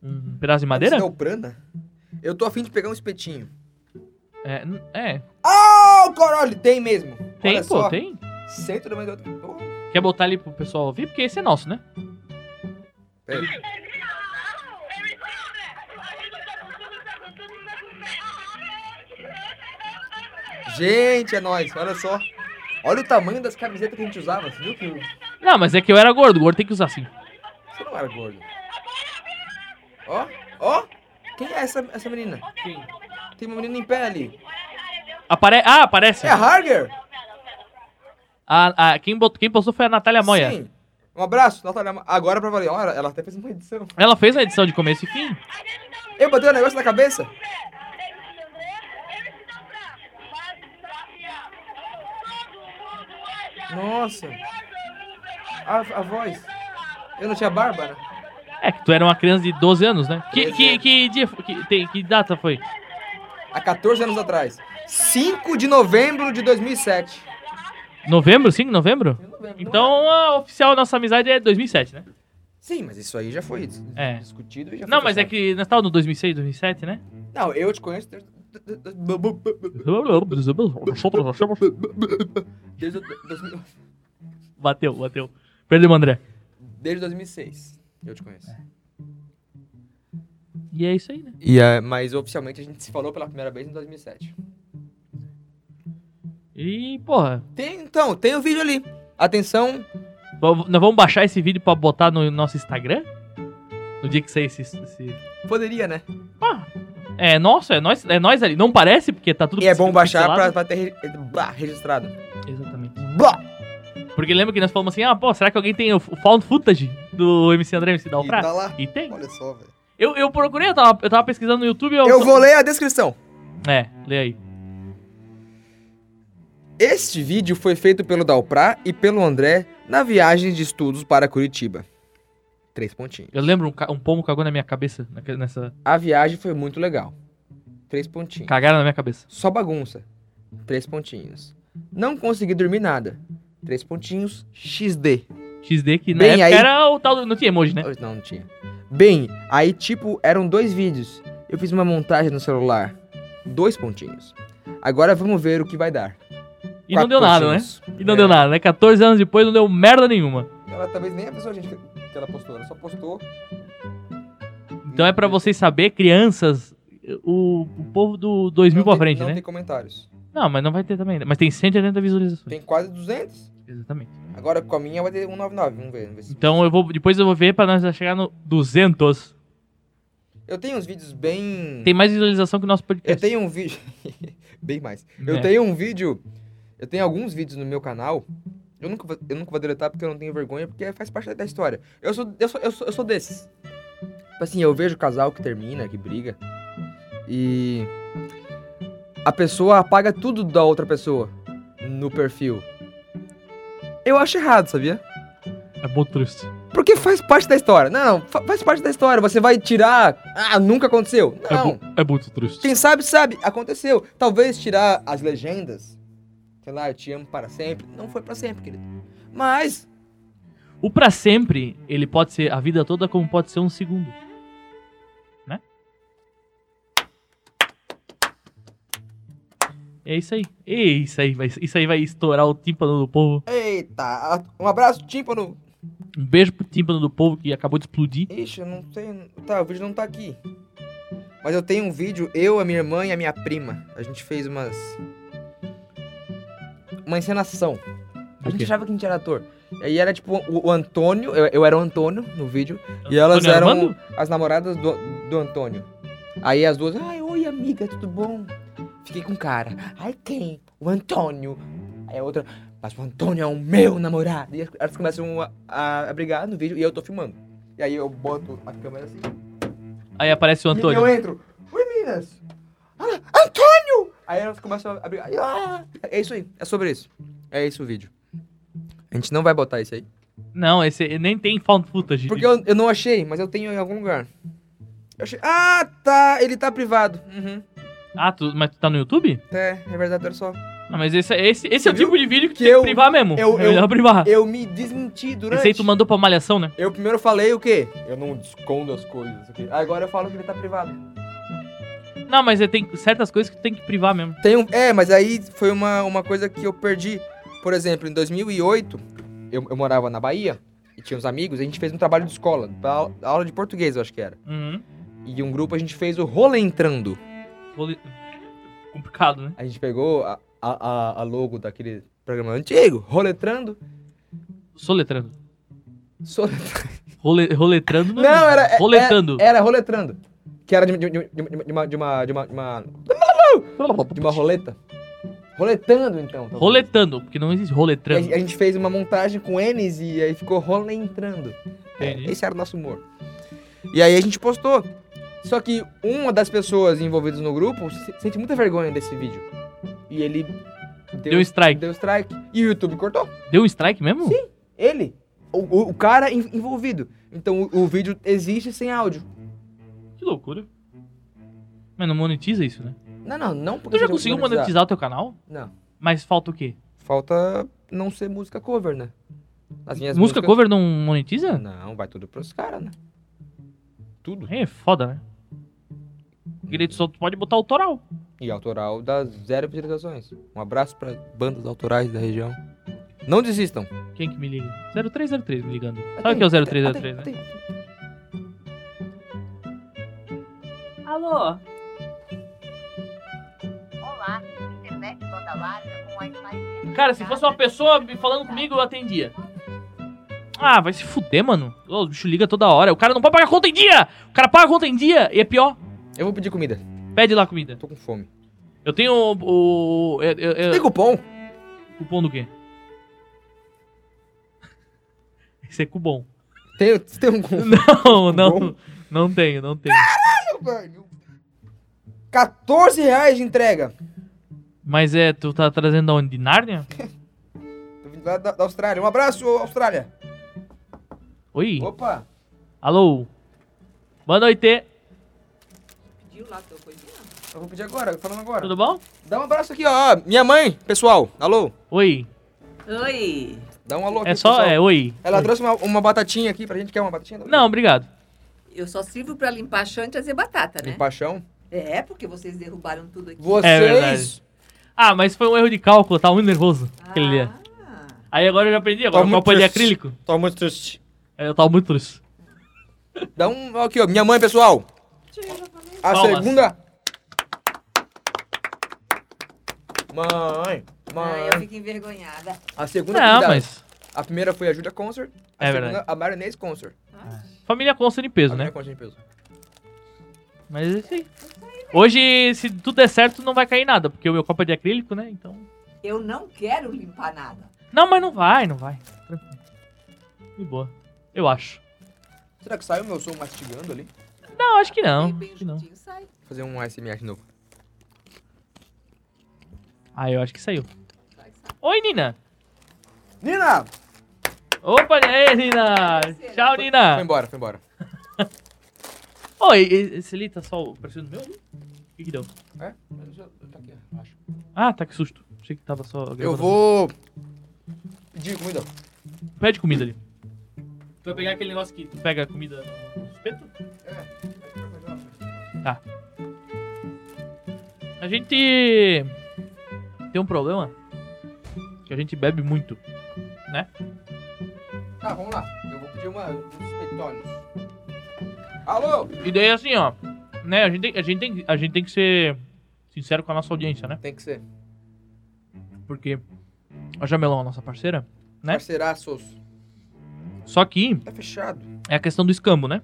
um pedaço de madeira?
Não, prana. Eu tô afim de pegar um espetinho.
É, n- é.
Ah, o caralho, tem mesmo.
tem,
Olha
pô,
só.
tem.
Cento da manhã do outro. Porra.
Quer botar ali pro pessoal ouvir? Porque esse é nosso, né?
Peraí. Gente, é nóis, olha só. Olha o tamanho das camisetas que a gente usava, você viu que
Não, mas é que eu era gordo, gordo tem que usar assim.
você não era gordo. Ó, ó, quem é essa, essa menina? Tem uma menina em pé ali.
Apare... Ah, aparece.
É a Harger?
A, a- quem, bot- quem postou foi a Natália Moya.
Sim. Um abraço, Natália. Mo- Agora pra valer. Olha, ela até fez uma edição.
Ela fez a edição de começo e fim.
Eu botei um negócio na cabeça.
Nossa. A, a voz.
Eu não tinha barba, né?
É que tu era uma criança de 12 anos, né? Que, que, que dia foi- que, tem, que data foi?
Há 14 anos atrás. 5 de novembro de 2007.
Novembro? 5 de novembro? Então a oficial nossa amizade é 2007, né?
Sim, mas isso aí já foi dis-
É.
discutido e já
Não,
foi
mas é
passado.
que nós estávamos no 2006, 2007, né?
Não, eu te conheço desde... Desde, o- dois mil-
Bateu, bateu. Perdeu, André.
desde 2006 eu te conheço.
E é isso aí, né?
E, é, mas oficialmente a gente se falou pela primeira vez em 2007.
E, porra,
Tem, então, tem o vídeo ali. Atenção,
v- nós vamos baixar esse vídeo pra botar no nosso Instagram? No dia que sair esse. esse...
poderia, né?
É nosso, é nós, é nós ali. Não parece, porque tá tudo
E é
pixel-
bom baixar pra,
pixelado.
pra ter re- bah, registrado.
Exatamente.
Bah!
Porque lembra que nós falamos assim, ah, pô, será que alguém tem o f- o found footage do MC André MC
E
Dalfra?
tá lá.
E tem.
Olha só, velho.
Eu, eu procurei, eu tava, eu tava pesquisando no YouTube.
Eu vou ler a descrição.
É, lê aí.
Este vídeo foi feito pelo Dalprá e pelo André na viagem de estudos para Curitiba. Três pontinhos.
Eu lembro um, ca- um pombo cagou na minha cabeça. naque- Nessa.
A viagem foi muito legal. Três pontinhos.
Cagaram na minha cabeça.
Só bagunça. Três pontinhos. Não consegui dormir nada. Três pontinhos. XD.
XD que na
Bem,
época
aí-
era o tal do. Não tinha emoji, né?
Não, não tinha. Bem, aí tipo, eram dois vídeos. Eu fiz uma montagem no celular. Dois pontinhos. Agora vamos ver o que vai dar.
E não deu nada, né? E não
É.
deu nada, né? 14 anos depois não deu merda nenhuma.
Ela talvez nem avisou a gente que que ela postou. Ela só postou.
Então é pra vocês saber, crianças, o, o povo do 2000 pra frente,
não
né?
tem comentários.
Não, mas não vai ter também. né? Mas tem 180 visualizações.
Tem quase 200.
Exatamente.
Agora com a minha vai ter 199. Vamos ver. Vamos ver se...
Então eu vou, depois eu vou ver pra nós chegar no 200.
Eu tenho uns vídeos bem.
Tem mais visualização que o nosso podcast.
Eu tenho um vídeo. [LAUGHS] Bem mais.
É.
Eu tenho um vídeo. Eu tenho alguns vídeos no meu canal. Eu nunca, vou- eu nunca vou deletar porque eu não tenho vergonha, porque faz parte da história. Eu sou, eu sou, eu sou, eu sou desses. Tipo assim, eu vejo casal que termina, que briga. E. A pessoa apaga tudo da outra pessoa no perfil. Eu acho errado, sabia?
É muito triste.
Porque faz parte da história. Não, fa- faz parte da história. Você vai tirar. Ah, nunca aconteceu.
É,
Não.
mu- é muito triste.
Quem sabe, sabe, aconteceu. Talvez tirar as legendas, sei lá, eu te amo para sempre, não foi para sempre, querido. Mas,
O pra sempre, ele pode ser a vida toda como pode ser um segundo. Né? É isso aí. É isso aí. Vai, isso aí vai estourar o tímpano do povo.
eita, a- um abraço, tímpano.
Um beijo pro tímpano do povo que acabou de explodir.
Ixi, eu não tenho. Tá, o vídeo não tá aqui. Mas eu tenho um vídeo, eu, a minha irmã e a minha prima. A gente fez umas. Uma encenação. A
Do
gente
quê?
achava que a gente era ator. E aí era tipo o, o Antônio, eu, eu era o Antônio no vídeo. E elas
Antônio
eram
Armando?
as namoradas do, do Antônio. Aí as duas, ai, oi amiga, tudo bom? Fiquei com o cara. Ai, quem? O Antônio. Aí a outra, mas o Antônio é o meu namorado. E elas começam a, a brigar no vídeo e eu tô filmando. E aí eu boto a câmera assim.
Aí aparece
E
o
eu
Antônio.
entro, oi meninas. Ela, Antônio! Aí elas começam a brigar. Ah! É isso aí, é sobre isso. É esse o vídeo. A gente não vai botar isso aí.
Não, esse nem tem found footage.
Porque eu, eu não achei, mas eu tenho em algum lugar. Eu achei... Ah, tá! Ele tá privado. Uhum.
Ah, tu, mas tu tá no YouTube?
É, é verdade, era só.
Não, mas esse, esse, esse é o
Você
tipo de vídeo que,
Que
tem que
eu-
privar mesmo.
eu-
é
eu-
melhor privar.
Eu me desmenti durante.
esse aí tu mandou pra malhação, né?
Eu primeiro falei o quê? Eu não escondo as coisas. ok? Agora eu falo que ele tá privado.
Não, mas é- tem certas coisas que tu tem que privar mesmo.
Tem um... É, mas aí foi uma, uma coisa que eu perdi. Por exemplo, em 2008, eu, eu morava na Bahia e tinha uns amigos. E a gente fez um trabalho de escola, pra aula- aula de português, eu acho que era.
Uhum.
E um grupo a gente fez o Rolê Entrando.
Vou li- Complicado, né?
A gente pegou a, a, a- a logo daquele programa antigo, roletrando.
Soletrando.
soletrando.
Role, roletrando não.
Não, era. é-
Roletando.
é- Era, roletrando. Que era de, de- de- de- de uma, de, uma, de, uma, de uma. de uma roleta. Roletando, então. talvez.
Roletando, porque não existe
E a,
roletrando.
gente- É, a gente fez uma montagem com N's e aí ficou roletrando. É,
Entendi.
esse era o nosso humor. E aí a gente postou. Só que uma das pessoas envolvidas no grupo se- sente muita vergonha desse vídeo. E ele
Deu strike.
Deu strike. E o YouTube cortou.
Deu um strike mesmo?
Sim. Ele. O, o- o cara en- envolvido. Então o, o vídeo existe sem áudio.
Que loucura. Mas não monetiza isso, né?
Não, não, não. porque
Tu já
seja
conseguiu monetizar o teu canal?
Não.
Mas falta o quê?
Falta não ser música cover, né? As minhas
Música
músicas-
cover não monetiza?
Não, vai tudo pros caras, né? Tudo.
É foda, né? Direito só tu pode botar autoral.
E autoral dá zero visualizações. Um abraço pra bandas autorais da região. Não desistam.
Quem que me liga? 0303 me ligando.
Ah,
Sabe o que é o 0303, né? né? Alô?
Olá, internet banda larga com Wi-Fi.
Cara, se fosse uma pessoa me falando comigo, eu atendia. Ah, vai se fuder, mano. Ô, Os bichos ligam toda hora. O cara não pode pagar conta em dia! O cara paga conta em dia e é pior.
Eu vou pedir comida.
Pede lá a comida.
Tô com fome.
Eu tenho o. o eu, eu, eu-
Tem cupom?
Cupom do quê? [LAUGHS] Esse é cupom.
Tem, tem um cupom.
Não, [LAUGHS] não.
Cupom?
Não tenho, não tenho.
velho. 14 reais de entrega.
Mas é, tu tá trazendo da onde? De Nárnia?
Tô vindo lá da, da Austrália. Um abraço, Austrália.
Oi?
Opa.
Alô? Boa noite,
Pediu lá teu coisinha?
Eu vou pedir agora, falando agora.
tudo bom?
Dá um abraço aqui, ó. Minha mãe, pessoal. Alô.
Oi.
Oi!
Dá um alô aqui,
É só,
pessoal.
é, oi.
Ela
Oi.
trouxe uma, uma batatinha aqui pra gente. Quer uma batatinha?
Não, obrigado.
Eu só sirvo pra limpar chão e trazer batata, né?
De paixão.
É, porque vocês derrubaram tudo aqui.
É
Vocês...
verdade. Ah, mas foi um erro de cálculo, tava muito nervoso. Aquele dia.
Ah,
Aí agora eu já aprendi, agora
Tá
o
muito
copo é de
triste.
acrílico.
Tô muito triste.
É, Eu tava muito triste.
Dá um... Aqui, ó. Minha mãe, pessoal. A
Palmas.
segunda... Mãe.
ah, eu
Mãe.
fico envergonhada.
A segunda
Não,
atividade.
mas.
A primeira foi a Julia Concert. A
É
segunda,
verdade.
a Maionese Concert.
Família consta de peso,
a
né?
minha conta de peso.
Mas é isso aí. Hoje, se tudo der certo, não vai cair nada, porque o meu copo é de acrílico, né? Então.
Eu não quero limpar nada.
Não, mas não vai, não vai. Tranquilo. De boa. Eu acho.
Será que sai o meu som mastigando ali?
Não, acho que não.
Vem bem
Acho que não.
juntinho, sai.
fazer um ASMR de novo.
Ah, eu acho que saiu.
Sai, sai.
Oi, Nina.
Nina!
Opa, ei, Nina. Tchau,
Foi
Nina.
embora, foi embora.
Oi, esse ali tá só aparecendo meu? O que que deu?
É? Tá aqui, eu acho.
Ah, tá, que susto. Achei que tava só.
Eu
gravando.
vou. pedir comida.
Pede comida ali. Tu vai pegar aquele negócio que tu pega a comida no espeto? Tá. A gente tem um problema que a gente bebe muito.
Tá, vamos lá. Eu vou pedir uma, uns peitones. Alô?
E daí assim, ó, né, a gente tem, a gente tem, a gente tem que ser sincero com a nossa audiência, né?
Tem que ser.
Porque a Jamelão é a nossa parceira, Né?
Parceiraços.
só que
Tá fechado.
é a questão do escambo, né?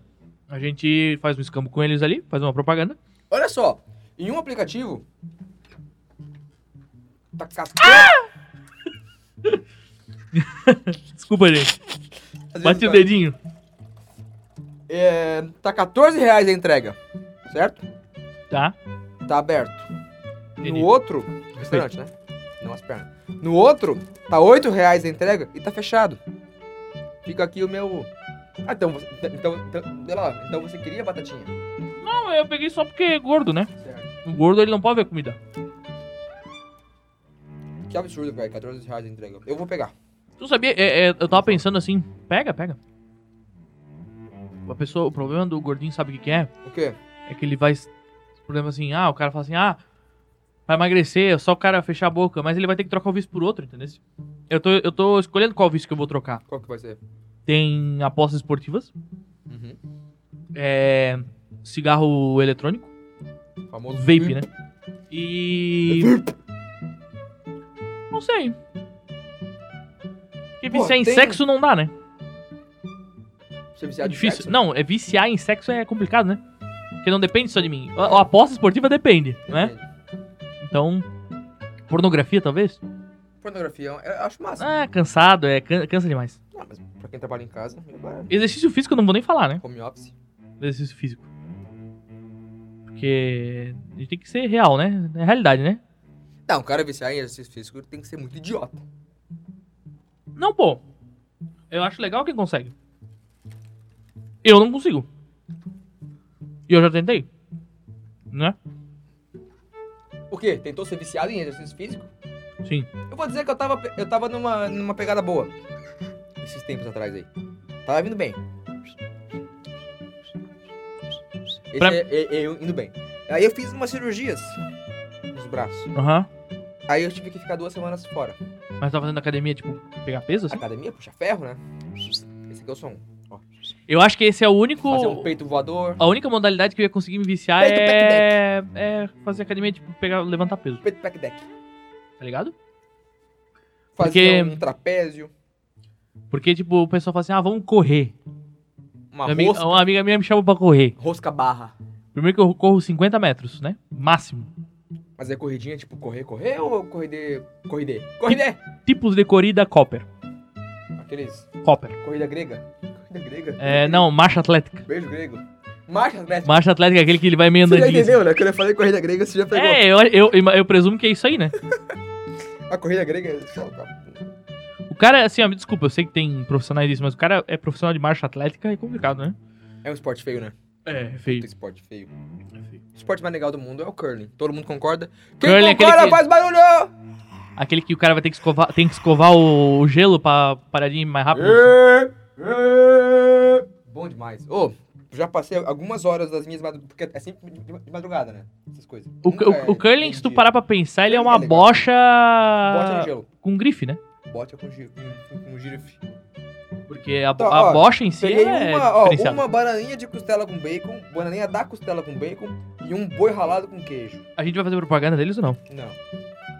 A gente faz um escambo com eles ali, faz uma propaganda.
Olha só. Em um aplicativo. Tá cascando.
Desculpa, gente.
[LAUGHS]
Bati o dedinho.
tá- É, tá 14 reais a entrega. Certo?
Tá?
Tá aberto.
Entendi.
No outro. Restaurante, né? Não as pernas. No outro, tá 8 reais a entrega e tá fechado. Fica aqui o meu. Ah, então você. Então, então, sei lá, então você queria batatinha.
Não, eu peguei só porque é gordo, né?
Certo.
O gordo ele não pode ver comida.
Que absurdo, velho. 14 reais a entrega. Eu vou pegar.
Tu sabia? é, é, eu tava pensando assim, pega, pega. A pessoa, o problema do gordinho sabe o que, que é?
O quê?
É que ele vai. O problema assim, ah, o cara fala assim, ah, vai emagrecer, é só o cara fechar a boca, mas ele vai ter que trocar o vício por outro, entendeu? Eu tô, eu tô escolhendo qual vício que eu vou trocar.
Qual que vai ser?
Tem apostas esportivas,
Uhum.
é, cigarro eletrônico,
Famoso.
vape, né? E. Não sei. Porque
Pô,
viciar em
tem-
sexo não dá, né?
Você é
É
viciado em
difícil.
sexo?
Não, é viciar em sexo é complicado, né? Porque não depende só de mim. A, a aposta esportiva depende, né?
Depende.
Então, pornografia talvez?
Pornografia, eu acho massa.
Ah, cansado, é can- cansa demais.
Não, mas pra quem trabalha em casa, agora.
Exercício físico eu não vou nem falar, né?
Home office.
Exercício físico. Porque a gente tem que ser real, né? É realidade, né?
Não, o cara viciar em exercício físico tem que ser muito idiota.
Não, pô. Eu acho legal quem consegue. Eu não consigo. E eu já tentei. Né?
Por quê? Tentou ser viciado em exercício físico?
Sim.
Eu vou dizer que eu tava, pe- eu tava numa, numa pegada boa. Esses tempos atrás aí. Tava indo bem. Esse
Pra-
é- é- é eu indo bem. Aí eu fiz umas cirurgias nos braços.
Aham.
Aí eu tive que ficar duas semanas fora.
Mas tava fazendo academia, tipo, pegar peso? assim?
Academia, puxa ferro, né? Esse aqui é o som.
Eu acho que esse é o único.
Fazer um peito voador.
A única modalidade que eu ia conseguir me viciar
Peito,
é. É fazer academia, tipo, pegar, levantar peso,
Peito pack deck.
tá ligado?
Fazer
Porque-
um trapézio.
Porque, tipo, o pessoal fala assim, ah, vamos correr.
Uma
Minha amiga-
rosca.
uma amiga minha me chamou pra correr.
Rosca barra.
Primeiro que eu corro 50 metros, né? Máximo.
Mas é corridinha, tipo, correr, correr ou correr de... Correr de... Correr de...
Tipos de corrida Copper.
Aqueles...
Copper.
Corrida grega. Corrida grega.
É, não, marcha atlética.
Beijo grego. Marcha atlética.
Marcha atlética é aquele que ele vai meio
Você já
andando.
entendeu, né? Quando eu falei corrida grega, você já pegou.
É, eu, eu, eu, eu presumo que é isso aí, né?
A corrida grega é...
O cara, assim, ó, me desculpa, eu sei que tem profissionais disso, mas o cara é profissional de marcha atlética, é complicado, né?
É um esporte feio, né?
É,
Muito
feio.
esporte feio. O esporte mais legal do mundo é o curling. Todo mundo concorda? Quem
Curling é aquele
concorda
que-
faz barulho!
Aquele que o cara vai ter que escovar, tem que escovar o, o gelo pra parar de ir mais rápido.
É, é. Bom demais. Ô, já passei algumas horas das minhas madrugadas. Porque é sempre de de madrugada, né? Essas coisas.
O,
Nunca
o-
é
o curling, se tu
de-
parar pra pensar, ele é
Curling
uma
é legal.
bocha...
Bote no gelo.
com grife, né?
Bote com giro. Com, com girife.
Porque a,
Tá,
a
ó,
bocha em si
Peguei
é
uma, ó,
diferenciada.
uma bananinha de costela com bacon, bananinha da costela com bacon e um boi ralado com queijo.
A gente vai fazer propaganda deles ou não?
Não.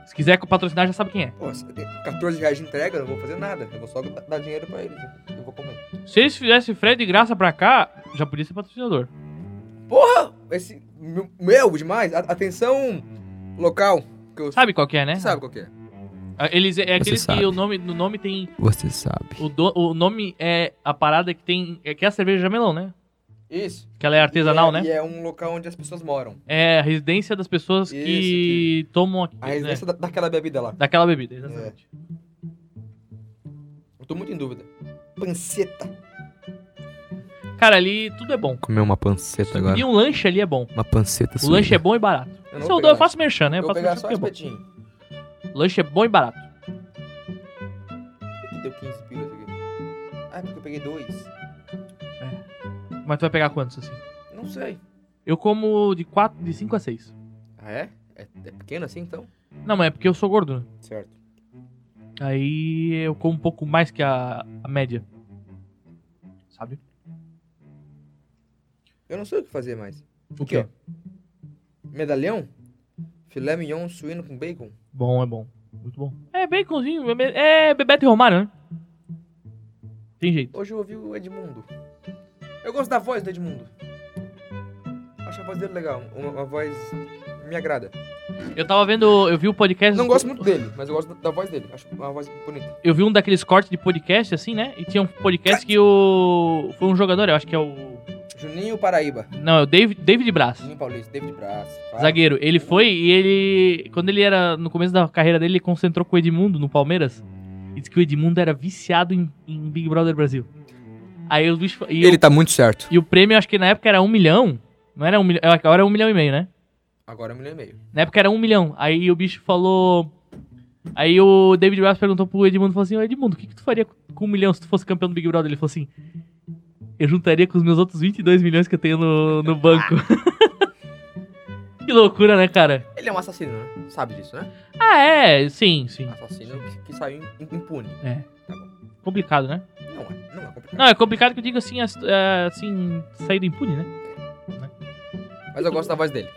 Se quiser patrocinar, já sabe quem é.
Pô, se- 14 reais de entrega, eu não vou fazer nada. Eu vou só da- dar dinheiro pra eles. né? Eu vou comer.
Se eles fizessem frete de graça pra cá, já podia ser patrocinador.
Esse. Meu, meu, demais. A- atenção local. Que eu
Sabe qual que é, né?
Você sabe qual que é?
Ah, Eles, é aqueles que
sabe.
o nome, no nome tem...
Você sabe.
O, do- o nome é a parada que tem... É que é a cerveja de jamelão, né?
Isso.
Que ela é
E
artesanal,
é-
né?
E é um local onde as pessoas moram.
É a residência das pessoas
Isso,
que tomam aqui,
A
né?
residência da- daquela bebida lá.
daquela bebida, exatamente.
Eu tô muito em dúvida. Panceta.
Cara, ali tudo é bom.
comer uma panceta agora.
E um lanche ali é bom.
Uma panceta
O lanche é bom e barato.
Eu não
Isso
vou
eu,
pegar
dou- eu faço merchan, né?
Eu
Eu
vou
faço
pegar
merchan
só
porque é bom.
espetinho.
Lanche é bom e barato.
Por que deu 15 pilas aqui? Ah, porque eu peguei dois.
Mas tu vai pegar quantos, assim?
Não sei.
Eu como de 4, de 5 a 6.
Ah, é? É, é pequeno assim então?
Não, mas é porque eu sou gordo, né?
Certo.
Aí eu como um pouco mais que a, a média. Sabe?
Eu não sei o que fazer mais.
O
Aqui, ó. Medalhão? Filé mignon suíno com bacon?
Bom, é bom. Muito bom. É baconzinho. é be- É Bebeto e Romário, né? Tem jeito.
Hoje eu ouvi o Edmundo. Eu gosto da voz do Edmundo. Acho a voz dele legal. Uma, uma voz me agrada.
Eu tava vendo, eu vi o podcast.
Não gosto muito dele, mas eu gosto da, da voz dele. Acho uma voz bonita.
Eu vi um daqueles cortes de podcast, assim, né? E tinha um podcast que o. Foi um jogador, eu acho que é o.
Juninho Paraíba.
Não, é o David, David Braz.
Juninho Paulista, David Braz. fala.
Zagueiro, ele foi e ele. Quando ele era. No começo da carreira dele, ele concentrou com o Edmundo no Palmeiras. E disse que o Edmundo era viciado em, em Big Brother Brasil. Aí os bichos. E,
Ele
o,
tá muito certo.
e o prêmio, acho que na época era um milhão. Não era um milhão. Agora é um milhão e meio, né?
Agora é um milhão e meio.
Na época era um milhão. Aí o bicho falou. Aí o David Braz perguntou pro Edmundo falou assim: "Ô, Edmundo, o que, que tu faria com um milhão se tu fosse campeão do Big Brother? Ele falou assim: Eu juntaria com os meus outros 22 milhões que eu tenho
[LAUGHS]
no,
Ah.
no banco. [LAUGHS] que loucura, né, cara?
Ele é um assassino, né? Sabe disso, né?
Ah, é, sim, sim.
Assassino que, que saiu im- impune.
Complicado, né?
Não é, não é complicado.
Não, é complicado que eu digo assim, as- é, assim, sair do impune, né? Ah.
Mas eu gosto da voz dele.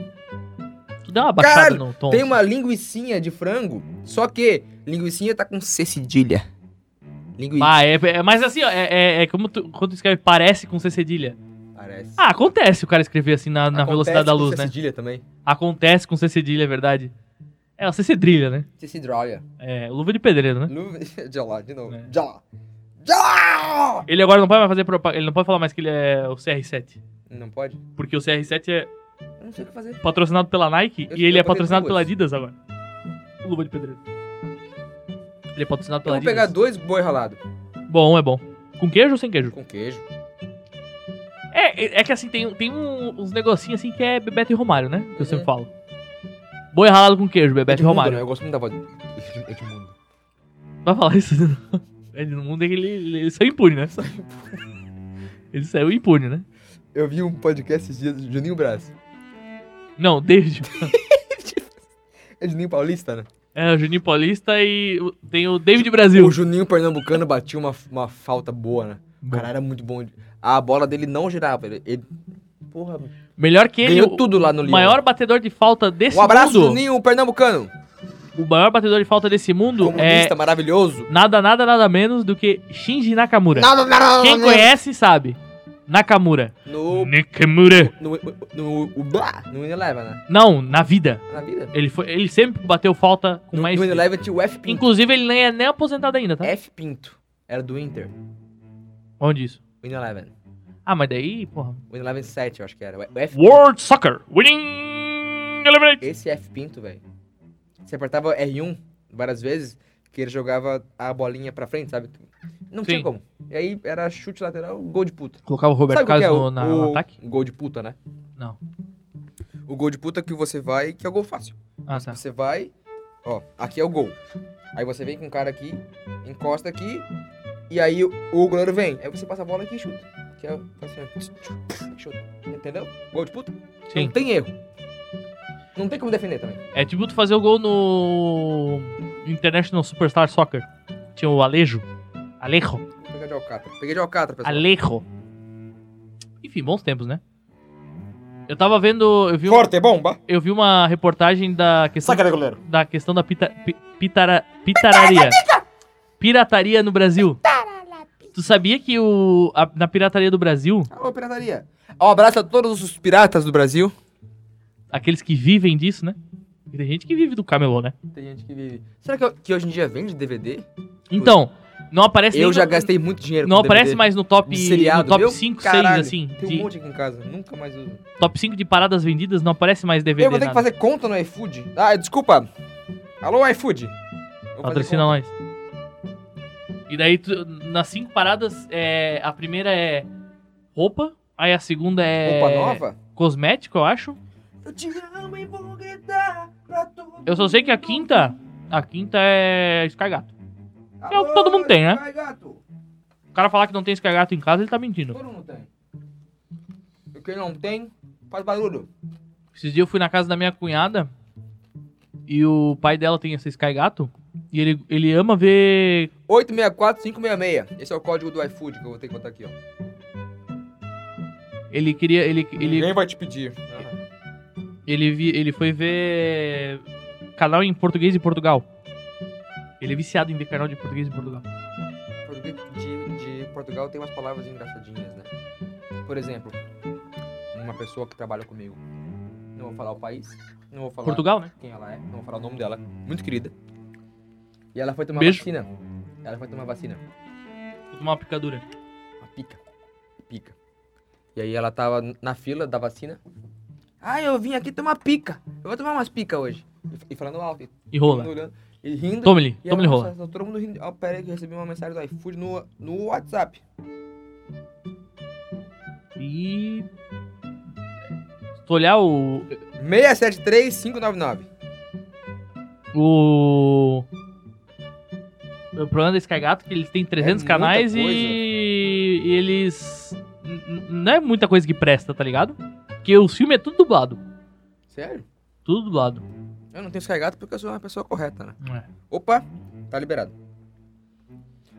Tu dá uma baixada
Caralho,
no tom.
Tem uma linguicinha de frango, só que linguicinha tá com C cedilha. Lingui...
Ah, é, é- mas assim, ó, é, é- é como tu, quando tu escreve parece com C cedilha.
Parece.
Ah, acontece o cara escrever assim na, na
Acontece
velocidade da
com
luz,
C
né?
cedilha também.
Acontece com C cedilha, é verdade. É, o C cedrilha, né?
C cedilha.
É, luva de pedreiro, né?
Luva... [LAUGHS] De lá, de novo.
É.
De lá. De lá!
Ele agora não pode mais fazer propaganda, ele não pode falar mais que ele é o CR7.
Não pode?
Porque o CR7 é
Eu não sei o que fazer.
patrocinado pela Nike
Eu-
e ele
eu botei
é patrocinado
duas.
pela Adidas agora. o Luva de Pedreiro. Ele é patrocinado
Eu
pela
vou pegar
Adidas.
dois boi ralado.
Bom, é bom. Com queijo ou sem queijo?
Com queijo.
É, é- é que assim, tem, tem um- uns negocinhos assim que é Bebeto e Romário, né? Que
É.
eu sempre falo. Boi ralado com queijo, Bebeto e
Edmundo,
Romário.
né? Eu gosto muito da voz de [LAUGHS] Edmundo.
Vai falar isso. Ele, no mundo é que ele, ele saiu impune, né? Ele saiu impune, né?
Eu vi um podcast esses dias do Juninho Brás.
Não, David.
É Juninho Paulista, né?
É, o Juninho Paulista e o- tem o David Brasil.
O Juninho Pernambucano batia uma, uma falta boa, né? O cara era muito bom. de- A bola dele não girava. Ele, ele- porra,
Melhor que ele,
ganhou
o
tudo lá no Lyon.
maior É. batedor de falta desse
Um abraço,
mundo.
Juninho Pernambucano.
O maior batedor de falta desse mundo é
Comunista maravilhoso.
nada, nada, nada menos do que Shinji Nakamura.
Nada, nada,
Quem
nada.
conhece sabe. Nakamura.
No.
Nakamura.
No. No. No. blá, No Unilever, né?
Não, na vida.
Na vida.
Ele, foi, ele sempre bateu falta com
No,
mais.
no Unilever tinha o F Pinto.
Inclusive, ele nem é nem aposentado ainda, tá?
F Pinto. Era do Inter.
Onde isso?
Unilever.
Ah, mas daí, porra.
Unilever 7, eu acho que era. O F
World Soccer Winning Eliminate.
Esse F Pinto, velho. Você apertava R1 várias vezes, que ele jogava a bolinha pra frente, sabe? Não tinha
Sim.
como. E aí era chute lateral, gol de puta.
Colocava o Roberto
sabe qual que
Carlos
é
no,
o,
na-
o,
no ataque?
o gol de puta, né?
Não.
O gol de puta que você vai, que é o gol fácil.
Ah, tá.
Você vai, ó, aqui é o gol. Aí você vem com o cara aqui, encosta aqui, e aí o, o goleiro vem. Aí você passa a bola aqui e chuta. Que é assim, ó, chuta. Entendeu? Gol de puta.
Sim.
Não tem erro. Não tem como defender também.
É tipo tu fazer o gol no International Superstar Soccer. Tinha o Alejo. Alejo.
Vou pegar de Alcatra. Peguei de Alcatra, pessoal.
Alejo. Enfim, bons tempos, né? Eu tava vendo. Eu vi, um-
Forte, é bomba!
eu vi uma reportagem da questão,
Saca, né, goleiro?
da, questão da pita, pi- pitara, pitararia. Pirataria no Brasil. Tu sabia que o, a- na pirataria do Brasil,
Alô, pirataria! Um abraço a todos os piratas do Brasil.
aqueles que vivem disso, né? Porque Tem gente que vive do camelô, né?
Tem gente que vive. Será que, que hoje em dia vende DVD?
Então, não aparece
Eu
nem
já
no-
gastei muito dinheiro
Não
com DVD.
aparece mais no top,
de Um seriado.
no top
Meu
5, 6,
caralho,
assim.
Tem
de-
um monte aqui em casa, nunca mais uso.
Top 5 de paradas vendidas, não aparece mais DVD.
Eu vou ter que
nada.
fazer conta no iFood. Ah, desculpa. Alô, iFood. Vou fazer
Patrocina
conta.
nós. E daí, tu- nas 5 paradas, é, a primeira é roupa, aí a segunda é.
Roupa nova?
Cosmético, eu acho.
Eu te amo e vou gritar pra todo
Eu só sei que a
mundo.
quinta. A quinta é Skygato. é o que
Alô,
todo mundo tem, né?
Vai, gato.
O cara falar que não tem Skygato em casa, ele tá mentindo.
Todo mundo tem. E quem não tem, faz barulho.
Esses dias eu fui na casa da minha cunhada e o pai dela tem esse Skygato. E ele, ele ama ver
864-566. Esse é o código do iFood que eu vou ter que botar aqui, ó.
Ele queria. Ele, ele,
Ninguém vai te pedir.
ele, vi- ele foi ver canal em português de Portugal. Ele é viciado em ver canal de português de Portugal.
Português de, de Portugal tem umas palavras engraçadinhas, né? Por exemplo, uma pessoa que trabalha comigo. Não vou falar o país, não vou falar
Portugal, né?
quem ela é, não vou falar o nome dela. Muito querida. E ela foi tomar
Beijo.
vacina. Ela foi tomar vacina.
Vou tomar uma picadura.
Uma pica. Pica. E aí ela tava na fila da vacina. Ah, eu vim aqui tomar pica. Eu vou tomar umas pica hoje. E- E falando alto. E
E
todo mundo
rola.
olhando. E rindo.
Tome-lhe,
E
tome-lhe
ela,
rola.
nossa, Todo mundo rindo. Ó, pera aí que eu recebi uma mensagem do iFood no, no WhatsApp.
E. Se tu olhar o.
673599.
O. O problema da Skygato é que eles têm 300
muita
canais e...
coisa.
e eles. n- n- Não é muita coisa que presta, tá ligado? Porque o filme é tudo dublado.
Sério?
Tudo dublado.
Eu não tenho Skygato porque eu sou uma pessoa correta, né?
É.
Opa, tá liberado.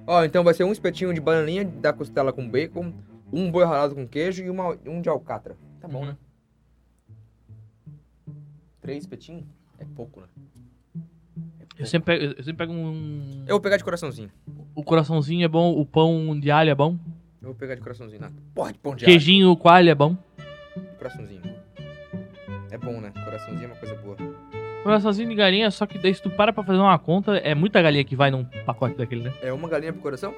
Ó, então vai ser um espetinho de bananinha da costela com bacon, um boi ralado com queijo e uma, um de alcatra. Tá bom,
Uhum.
né? Três espetinhos? É pouco, né? É
Eu sempre pego, eu sempre pego um.
Eu vou pegar de coraçãozinho.
O coraçãozinho é bom, o pão de alho é bom,
Eu vou pegar de coraçãozinho, Nath. Porra de pão de alho.
queijinho com alho é bom.
Coraçãozinho. É bom, né? Coraçãozinho é uma coisa boa.
Coraçãozinho de galinha, só que daí se tu para pra fazer uma conta, é muita galinha que vai num pacote daquele, né?
É uma galinha pro coração?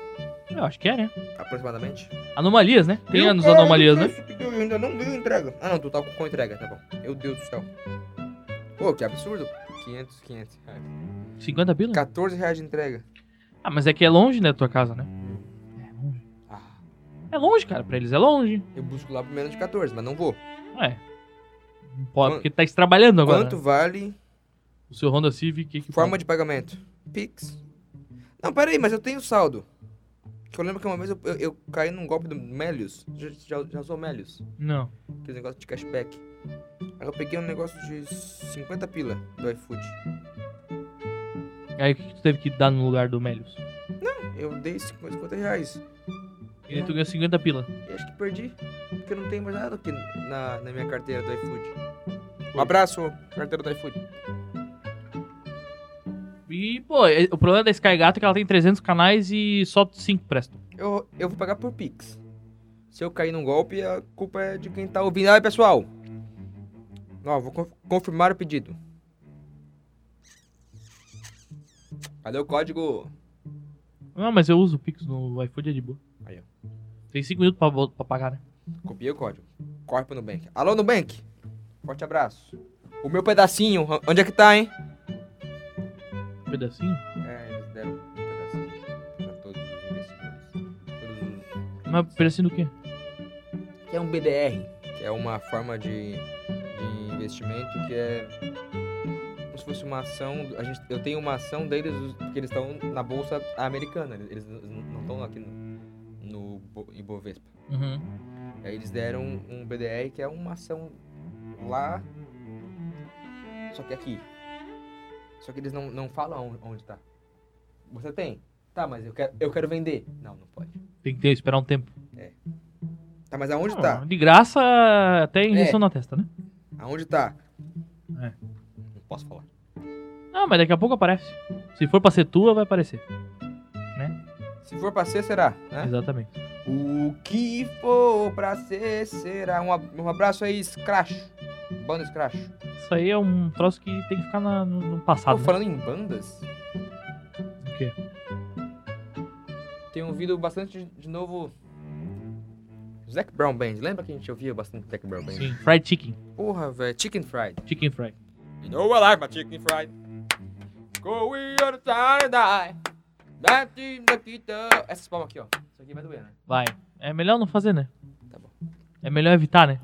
Eu acho que é, né?
Aproximadamente.
Anomalias, né? Tem
Meu
anos
cara,
anomalias,
que
né?
isso que eu ainda não deu entrega. Ah, não, tu tá com entrega, tá bom. Meu Deus do céu. Pô, que absurdo. 500, 500 reais.
50 pila?
14 reais de entrega.
Ah, mas é que é longe, né, da tua casa, né?
Ah,
É longe, cara. Pra eles é longe.
eu busco lá por menos de 14, mas não vou.
Ué. Não Pode, porque tá se trabalhando agora.
Quanto
né?
vale
O seu Honda Civic... Que que
forma de pagamento? Pix. Não, peraí, mas eu tenho saldo. Que eu lembro que uma vez eu, eu- eu caí num golpe do Melius. Já, já, já usou Melius?
Não.
Aquele negócio de cashback. Aí eu peguei um negócio de 50 pila do iFood.
Aí o que, que tu teve que dar no lugar do Melius?
Eu dei 50, 50 reais.
E aí tu ganhou 50 pila.
E acho que perdi. Porque não tem mais nada aqui na, na minha carteira do iFood. Um abraço, carteira do iFood.
E, pô, é- o problema da Sky Gato é que ela tem 300 canais e só 5 prestam.
Eu, eu vou pagar por Pix. Se eu cair num golpe, a culpa é de quem tá ouvindo. Aí, pessoal! Ó, vou conf- confirmar o pedido. Cadê o código?
Não, mas eu uso o Pix no iFood, é de boa.
Aí, ó.
Tem 5 minutos pra, vo- pra pagar, né?
Copiei o código. Corre pro Nubank. Alô, Nubank! Forte abraço. O meu pedacinho, o- onde é que tá, hein?
Um pedacinho.
É, eles deram um pedacinho pra todos os investidores. Todos os...
Mas pedacinho do quê?
Que é um BDR. Que é uma forma de, de investimento que é como se fosse uma ação. do- A gente, eu tenho uma ação deles, os- porque eles estão na bolsa americana. Eles n- n- não estão aqui no, no Bo- Ibovespa.
Uhum.
Aí eles deram um BDR que é uma ação lá, só que aqui. Só que eles não, não falam on- onde tá. Você tem? Tá, mas eu quero, eu quero vender. Não, não pode.
Tem que ter, esperar um tempo.
Tá, mas aonde
Não,
tá? É.
De graça, até injeção na testa, né?
Aonde tá?
É.
Não posso falar.
Ah, mas daqui a pouco aparece. Se for pra ser tua, vai aparecer.
Se for pra ser, será, né?
Exatamente.
O que for pra ser, será. Um, ab- um abraço aí, Scratch. Banda Scratch.
Isso aí é um troço que tem que ficar na- no, no
Tô
passado. né?
falando em bandas,
O quê?
tenho ouvido bastante de, de novo. Zac Brown Band. Lembra que a gente ouvia bastante Zac Brown Band?
Sim, fried chicken.
Porra, velho. Chicken Fried.
Chicken fried.
You know I like my chicken fried. Go we are trying to die. Bate na quita. Essas palmas aqui, ó. Isso aqui vai doer, né?
Vai. É melhor não fazer, né?
Tá bom. Ah.
É melhor evitar, né?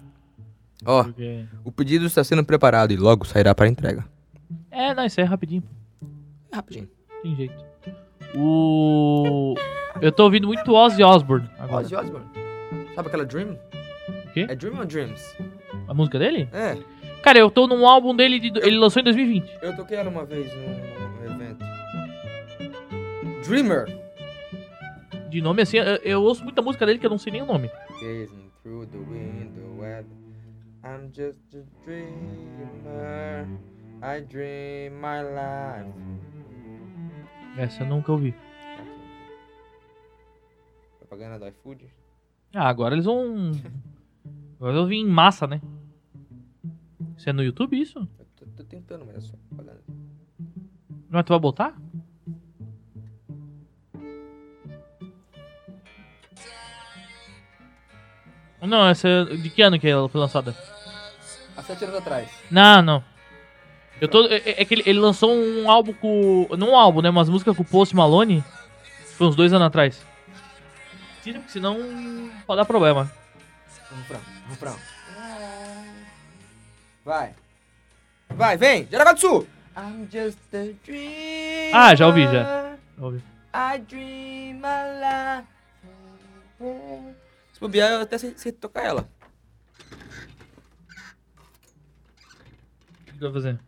Ó,
Porque...
o pedido está sendo preparado e logo sairá para entrega.
É, não, isso aí é rapidinho.
Rapidinho.
Tem jeito. O. Eu tô ouvindo muito Ozzy Osbourne agora.
Ozzy Osbourne. Sabe aquela Dream?
O quê?
É Dream ou Dreams?
A música dele?
É.
Cara, eu tô num álbum dele, de... ele lançou em 2020.
Eu toquei ela uma vez num evento. Dreamer.
De nome assim, eu, eu ouço muita música dele que eu não sei nem o nome.
Gazing through the window at- I'm just a dreamer. I dream my life.
Essa eu nunca ouvi.
Propaganda do iFood.
Ah, agora eles vão. Agora eu vim em massa, né? Isso é no YouTube isso?
Eu tô, tô tentando, mas é só propaganda.
Mas tu vai botar? Não, essa é... de que ano que ela foi lançada?
Há sete anos atrás.
Não, não. Eu tô. É, é que ele, ele lançou um álbum com. Não um álbum, né? Umas músicas com o Post Malone. Foi uns dois anos atrás. Tira, porque senão pode dar problema.
Vamos pra, vamos pra. Vai. Vai, vem. Jaraguá do Sul. I'm just a dreamer.
Ah, já ouvi, já. Ouve.
I dream my life. Se bobear, eu até sei, sei tocar ela.
O que que vai fazer?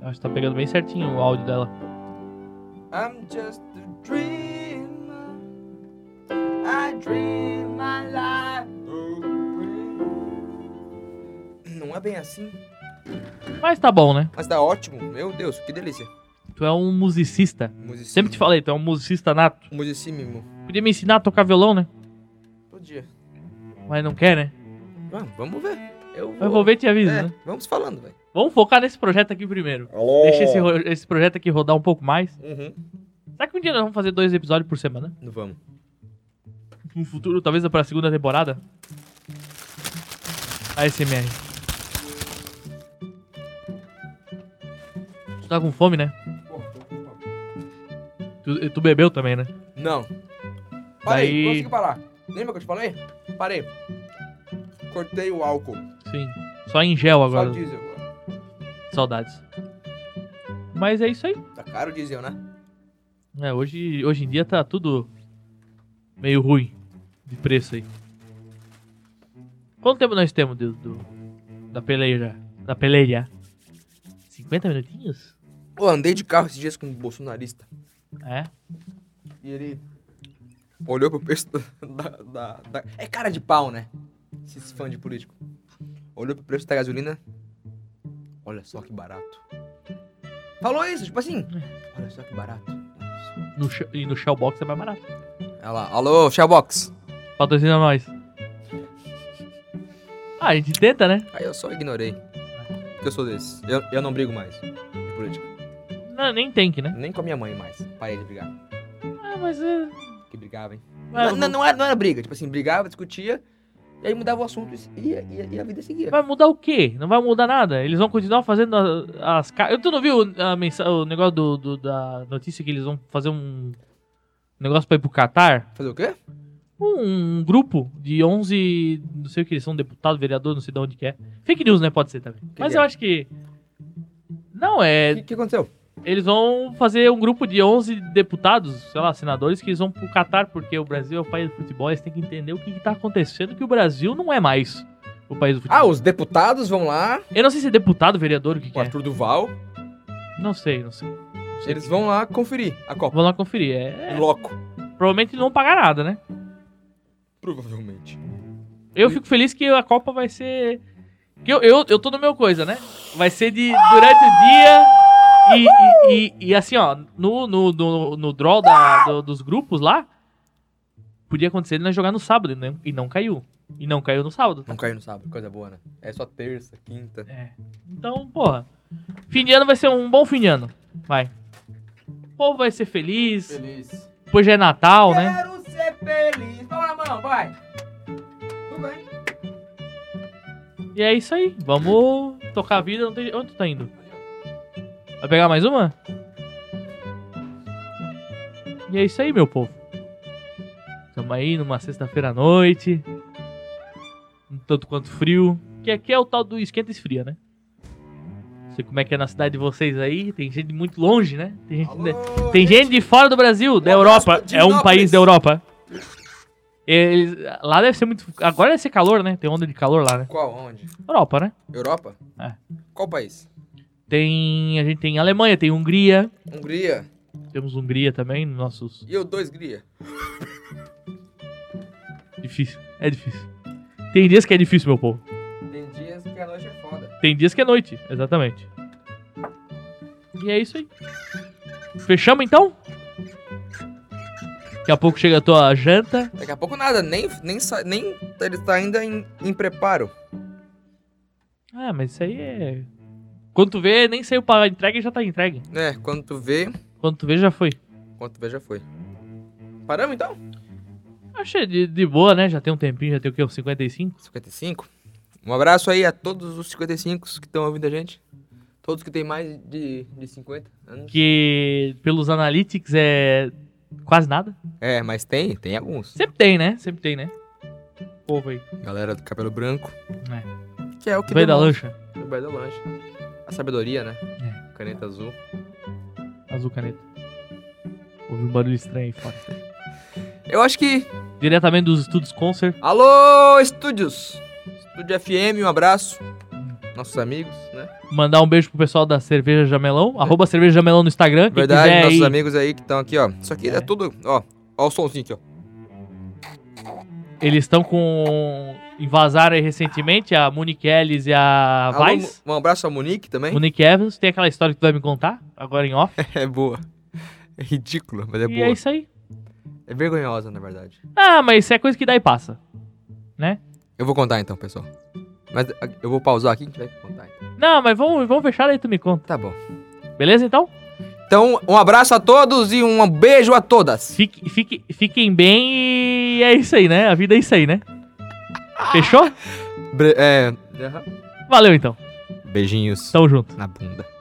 Eu Acho que tá pegando bem certinho o áudio dela.
I'm just a dreamer. I dream my life. away. Não é bem assim,
Mas tá bom, né?
mas tá ótimo. Meu Deus, que delícia.
Tu é um musicista.
Musicista.
Sempre te falei, tu é um musicista nato.
Musicíssimo.
Podia me ensinar a tocar violão, né?
Podia.
Mas não quer, né?
Vamos, vamos ver. Eu
Mas vou ver e te aviso,
É,
né?
Vamos falando, velho.
Vamos focar nesse projeto aqui primeiro.
Alô?
Deixa esse, ro- esse projeto aqui rodar um pouco mais.
Uhum.
Será que um dia nós vamos fazer dois episódios por semana?
Não vamos.
No Um futuro, talvez pra segunda temporada? ASMR. Tu tá com fome, né? Tu, tu bebeu também, né?
Não. Parei,
Daí-
consegui parar. Lembra que eu te falei? Parei. Cortei o álcool.
Sim. Só em gel
Só
agora.
o diesel agora.
Saudades. Mas é isso aí.
Tá caro o diesel, né?
É, hoje, hoje em dia tá tudo meio ruim de preço aí. Quanto tempo nós temos do, do- da peleja? Da peleia? 50 minutinhos?
Pô, andei de carro esses dias com um bolsonarista.
É.
E ele olhou pro preço [LAUGHS] da, da- da- É cara de pau, né? Esses fãs de político. Olhou pro preço da gasolina. Olha só que barato. Falou isso, tipo assim. Olha só que barato.
No, Sh- e no Shellbox é mais barato.
Olha lá. Alô, Shellbox.
Patrocina nós. Ah, a gente tenta, né?
Aí eu só ignorei. Porque eu sou desse. Eu, eu não brigo mais de política.
Não, nem tem que, né?
Nem com a minha mãe mais. Parei de brigar.
Ah, mas... é,
Que brigava, hein?
vai-
não, não, não era, não era briga. Tipo assim, brigava, discutia. E aí mudava o assunto e, e- e a vida seguia.
Vai mudar o quê? Não vai mudar nada. Eles vão continuar fazendo a- as caras. Tu não viu a mensa- o negócio do, do- da notícia que eles vão fazer um negócio pra ir pro Catar?
Fazer o quê?
Um, um grupo de 11, não sei o que eles são, deputado, vereador, não sei de onde que é. Fake news, né? Pode ser também. Mas
que
eu
é?
acho que. Não,
O
é.
que, que aconteceu?
Eles vão fazer um grupo de 11 deputados, sei lá, senadores, que eles vão pro Catar, porque o Brasil é o país do futebol. Eles têm que entender o que, que tá acontecendo, que o Brasil não é mais o país do futebol.
Ah, os deputados vão lá.
Eu não sei se é deputado, vereador, o que, que
O
é.
Arthur Duval.
Não sei, não sei. Não sei.
Eles vão lá conferir a Copa.
Vou lá conferir. É,
Em Loco.
provavelmente não vão pagar nada, né?
Provavelmente.
Eu fico feliz que a Copa vai ser. Que eu, eu, eu tô no meu coisa, né? Vai ser de durante o dia. E, e, e- e assim, ó, no, no, no, no draw da- do- dos grupos lá, podia acontecer de nós jogar no sábado e não, e não caiu. E não caiu no sábado.
Não caiu no sábado, coisa boa, né? É só terça, quinta.
É. Então, porra. Fim de ano vai ser um bom fim de ano. Vai. O povo vai ser feliz.
Feliz.
Depois já é Natal, né?
Quero ser feliz. Vamos na mão, vai. Tudo bem.
E é isso aí. Vamos tocar a vida. Não tem... Onde tu tá indo? Vai pegar mais uma? E é isso aí, meu povo. Tamo aí numa sexta-feira à noite. Um tanto quanto frio. Que aqui é o tal do esquenta e esfria, né? Não sei como é que é na cidade de vocês aí. Tem gente muito longe, né? Tem gente, de, tem gente de fora do Brasil, da
Um abraço
Europa.
pra
É um
Dinópolis.
país da Europa. Eles- lá deve ser muito. Agora deve ser calor, né? Tem onda de calor lá, né?
Qual? Onde?
Europa, né?
Europa?
É.
Qual país?
Tem. A gente tem Alemanha, tem Hungria.
Hungria.
Temos Hungria também, nos nossos.
E eu, dois Gria.
Difícil. É difícil. Tem dias que é difícil, meu povo.
Tem dias que a noite é foda.
Tem dias que é noite, exatamente. E é isso aí. Fechamos então? Daqui a pouco chega a tua janta.
Daqui a pouco nada, nem, nem, sa- nem ele tá ainda em, em preparo.
Ah, mas isso aí é. Quando tu vê, nem saiu pra entrega e já tá entregue.
É, quando tu vê,
Quando tu vê, já foi.
quando tu vê já foi. Paramos então?
Achei de, de boa, né? Já tem um tempinho, já tem o quê? Uns 55?
55. Um abraço aí a todos os 55 que estão ouvindo a gente. Todos que têm mais de, de 50 anos.
Que pelos analytics é quase nada.
É, mas tem, tem alguns.
Sempre tem, né? Sempre tem, né? Povo aí.
Galera do cabelo branco.
É.
Que é o que
Veio da
demonstra-
lancha.
O Vai da lanche. A sabedoria, né?
É.
Caneta azul.
Azul caneta. Ouvi um barulho estranho aí fora.
Eu acho que.
Diretamente dos estúdios Concert.
Alô, estúdios! Estúdio FM, um abraço. Nossos amigos, né?
Mandar um beijo pro pessoal da Cerveja Jamelão. Arroba Cerveja Jamelão no Instagram. Quem
É. Verdade,
quiser
nossos
aí.
amigos aí que estão aqui, ó. Isso aqui é,
É.
tudo, ó. Ó o somzinho aqui, ó.
Eles estão com. Invasaram aí recentemente a Monique Ellis e a
Alô,
Vice.
um abraço a Monique também.
Monique Evans. Tem aquela história que tu vai me contar agora em off.
[LAUGHS] É boa. É ridícula, mas é
e
boa.
é isso aí.
É vergonhosa, na verdade.
Ah, mas isso é coisa que dá e passa.
Eu vou contar então, pessoal. Mas ah, eu vou pausar aqui, a gente vai contar. então.
Não, mas vamos, vamos fechar aí tu me conta.
Tá bom.
Beleza então?
Então, um abraço a todos e um beijo a todas.
Fique, fique- fiquem bem e é isso aí, né? A vida é isso aí, né? Fechou?
Bre- é,
Valeu então.
beijinhos
Tamo junto.
na bunda.